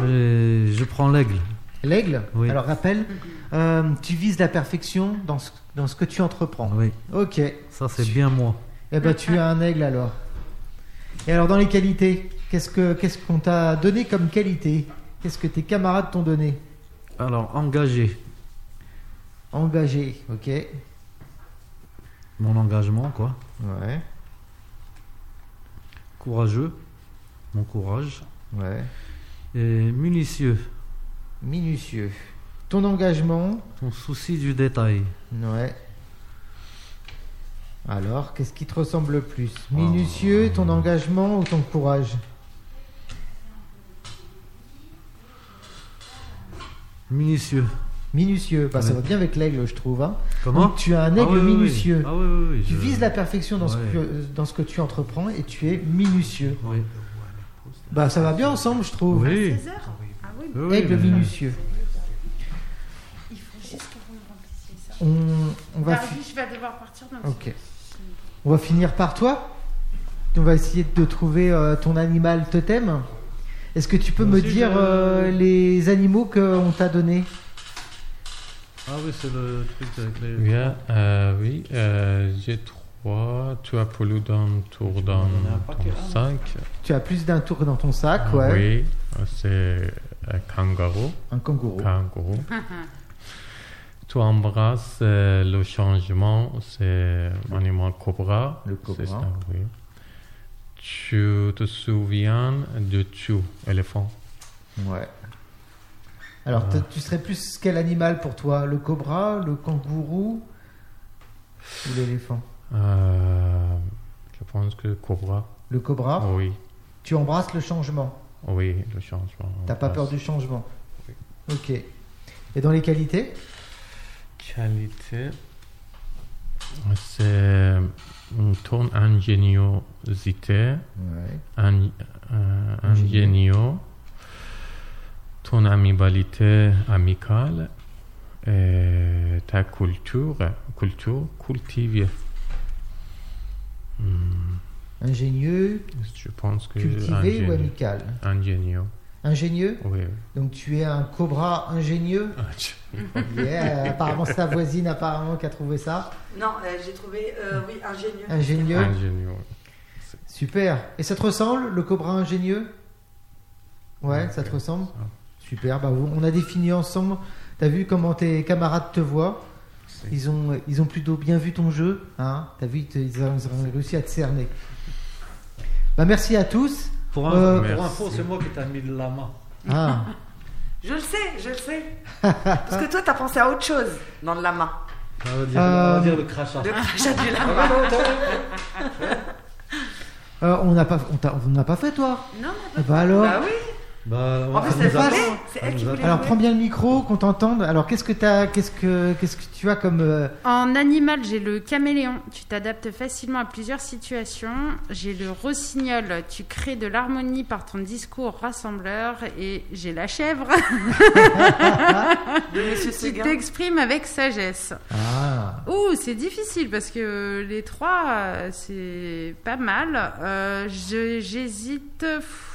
Speaker 1: Euh, je prends l'aigle.
Speaker 2: L'aigle
Speaker 1: euh, oui.
Speaker 2: Alors rappelle, euh, tu vises la perfection dans ce, dans ce que tu entreprends.
Speaker 1: Oui,
Speaker 2: Ok. Eh
Speaker 1: ça c'est bien moi.
Speaker 2: ben tu as un aigle alors. Et alors dans les qualités, qu'est-ce que qu'est-ce qu'on t'a donné comme qualité Qu'est-ce que tes camarades t'ont donné
Speaker 1: Alors engagé,
Speaker 2: Engagé, ok.
Speaker 1: mon engagement quoi.
Speaker 2: Ouais,
Speaker 1: Courageux, mon courage.
Speaker 2: ouais.
Speaker 1: Et minutieux,
Speaker 2: Minutieux. Ton engagement,
Speaker 1: ton souci du détail.
Speaker 2: ouais. Alors, qu'est-ce qui te ressemble le plus Minutieux,
Speaker 1: Oh.
Speaker 2: ton engagement ou ton courage
Speaker 1: Minutieux.
Speaker 2: Minutieux, bah, ça
Speaker 1: Ouais.
Speaker 2: va bien avec l'aigle, je trouve. hein.
Speaker 1: Comment
Speaker 2: Donc, tu as un aigle
Speaker 1: Ah oui, oui, oui.
Speaker 2: minutieux.
Speaker 1: Ah oui, oui, oui,
Speaker 2: Tu
Speaker 1: je-
Speaker 2: vises la perfection dans, ce
Speaker 1: Ouais.
Speaker 2: que, dans ce que tu entreprends et tu es minutieux.
Speaker 1: Oui.
Speaker 2: Bah, ça va bien ensemble, je trouve.
Speaker 1: Oui.
Speaker 5: Césaire Ah oui,
Speaker 1: oui, oui,
Speaker 2: Aigle
Speaker 1: mais-
Speaker 2: minutieux.
Speaker 5: il faut juste que vous me remplissiez ça.
Speaker 2: On, on va,
Speaker 5: Ah
Speaker 2: fi-
Speaker 5: oui, je vais devoir partir. Donc
Speaker 2: Ok. on va finir par toi. On va essayer de trouver euh, ton animal totem. Est-ce que tu peux
Speaker 1: Moi
Speaker 2: me
Speaker 1: aussi,
Speaker 2: dire
Speaker 1: je-
Speaker 2: euh, les animaux qu'on t'a donnés
Speaker 1: Ah oui, c'est le truc avec les.
Speaker 4: Bien, euh, oui, euh, j'ai trois. Tu as pollu dans tour dans
Speaker 1: Il y en a un paquet, là.
Speaker 4: 5.
Speaker 2: Tu as plus d'un tour dans ton sac, ouais.
Speaker 4: Ah, Oui, c'est euh, un kangourou.
Speaker 2: Un kangourou.
Speaker 4: kangourou. tu embrasses euh, le changement, c'est l'animal cobra.
Speaker 2: Le
Speaker 4: C'est
Speaker 2: cobra.
Speaker 4: ça, oui. Tu te souviens de tu, éléphant.
Speaker 2: Ouais. Alors, t- tu serais plus quel animal pour toi Le cobra, le kangourou ou l'éléphant
Speaker 4: Euh, je pense que cobra. Oh
Speaker 2: Le cobra.
Speaker 4: Oui, Oh
Speaker 2: Tu embrasses le changement.
Speaker 4: oui, le changement. Ah.
Speaker 2: T'as pas peur du changement. Ok. Et dans les qualités
Speaker 4: Qualité, c'est ton ingéniosité,
Speaker 2: Ouais.
Speaker 4: ing- euh,
Speaker 2: Ingénieux.
Speaker 4: ingénieux, ton amabilité amicale, et ta culture, culture cultivée. Hmm,
Speaker 2: Ingénieux,
Speaker 4: je pense que
Speaker 2: cultivé ou
Speaker 4: Euh, ingénieux.
Speaker 2: amical
Speaker 4: Ingénieux,
Speaker 2: Ingénieux
Speaker 4: oui.
Speaker 2: Donc tu es un cobra ingénieux Yeah, Apparemment c'est ta voisine apparemment qui a trouvé ça.
Speaker 3: Non, euh, j'ai trouvé, oui, ingénieux.
Speaker 2: Ingénieux.
Speaker 4: Ingénieux.
Speaker 2: Super. Et ça te ressemble, le cobra ingénieux Ouais, ça te ressemble
Speaker 4: Ah.
Speaker 2: Super. Bah, vous- on a défini ensemble. T'as vu comment tes camarades te voient
Speaker 4: C'est-
Speaker 2: ils ont, ils ont plutôt bien vu ton jeu. Hein T'as vu, ils te- ils ont, ils ont réussi à te cerner. Bah, merci à tous.
Speaker 1: Pour, un-
Speaker 2: Euh,
Speaker 1: pour
Speaker 4: Merci.
Speaker 1: info, c'est moi qui t'ai mis le lama.
Speaker 2: Ah,
Speaker 3: Je le sais, je le sais. Parce que toi, t'as pensé à autre chose dans le lama.
Speaker 1: On va dire,
Speaker 2: Euh,
Speaker 1: on va dire le crachat.
Speaker 3: Le crachat du lama.
Speaker 2: euh, on n'a pas, on t'a- on n'a pas fait toi.
Speaker 5: Non,
Speaker 2: Eh bah alors.
Speaker 3: Bah oui.
Speaker 1: Bah, on-
Speaker 3: En plus,
Speaker 1: ça
Speaker 3: elle
Speaker 1: nous a-
Speaker 3: parlait, c'est
Speaker 1: ça
Speaker 3: elle
Speaker 1: nous
Speaker 3: qui
Speaker 1: a-
Speaker 3: voulait.
Speaker 2: Alors prends bien le micro, qu'on t'entende. Alors qu'est-ce que t'as, qu'est-ce que, qu'est-ce que tu as comme euh,
Speaker 5: En animal, j'ai le caméléon. Tu t'adaptes facilement à plusieurs situations. J'ai le rossignol. Tu crées de l'harmonie par ton discours rassembleur. Et j'ai la chèvre.
Speaker 3: De Monsieur
Speaker 5: tu
Speaker 3: Seguin.
Speaker 5: t'exprimes avec sagesse.
Speaker 2: Ah,
Speaker 5: Ouh, c'est difficile parce que euh, les trois, euh, c'est pas mal. Euh, je- J'hésite. Pff,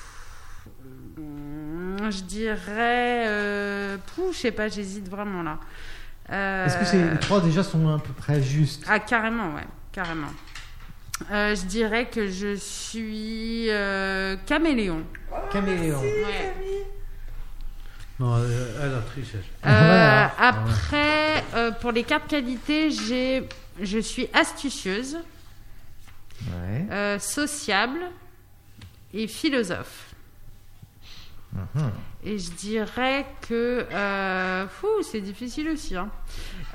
Speaker 5: hum, Je dirais. Euh, pou, je sais pas, j'hésite vraiment là. Euh,
Speaker 2: est-ce que ces trois déjà sont à peu près justes
Speaker 5: Ah, carrément, ouais, carrément. Euh, je dirais que je suis euh, caméléon. Euh,
Speaker 2: Caméléon.
Speaker 5: Ouais.
Speaker 1: Non, elle, elle a triché.
Speaker 5: Euh,
Speaker 2: Voilà.
Speaker 5: Après, euh, pour les cartes qualité, j'ai, je suis astucieuse,
Speaker 2: Ouais.
Speaker 5: euh, sociable et philosophe.
Speaker 2: Mhm.
Speaker 5: Et je dirais que, euh, fou, c'est difficile aussi. hein.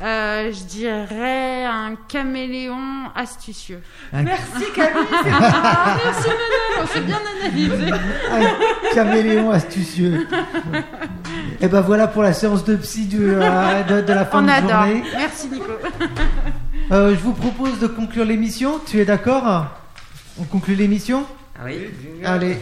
Speaker 5: Euh, je dirais un caméléon astucieux.
Speaker 3: Merci Camille.
Speaker 5: Ah, merci madame, on s'est bien analysé.
Speaker 2: Un caméléon astucieux. Et ben voilà pour la séance de psy du, euh, de, de la fin
Speaker 5: On
Speaker 2: de
Speaker 5: adore.
Speaker 2: journée.
Speaker 5: Merci Nico.
Speaker 2: Euh, je vous propose de conclure l'émission. Tu es d'accord On conclut l'émission
Speaker 3: Ah oui.
Speaker 2: Allez.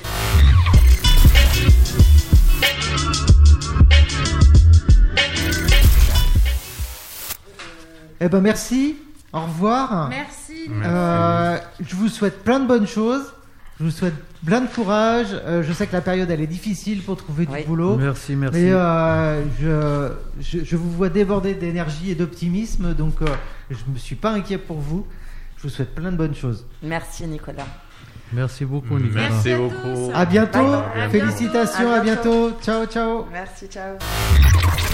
Speaker 2: Eh ben merci. Au revoir.
Speaker 5: Merci.
Speaker 2: Euh, je vous souhaite plein de bonnes choses. Je vous souhaite plein de courage. Euh, je sais que la période elle est difficile pour trouver
Speaker 3: Oui.
Speaker 2: du boulot.
Speaker 1: Merci, merci.
Speaker 2: Mais Oh. euh, je, je, je vous vois déborder d'énergie et d'optimisme, donc euh, je me suis pas inquiet pour vous. Je vous souhaite plein de bonnes choses.
Speaker 3: Merci Nicolas.
Speaker 1: Merci beaucoup, Nicolas.
Speaker 5: Merci à
Speaker 4: beaucoup.
Speaker 5: tous.
Speaker 2: À bientôt.
Speaker 4: À bientôt.
Speaker 2: Félicitations.
Speaker 3: À
Speaker 2: À
Speaker 3: bientôt.
Speaker 2: bientôt. Ciao, ciao.
Speaker 3: Merci, ciao.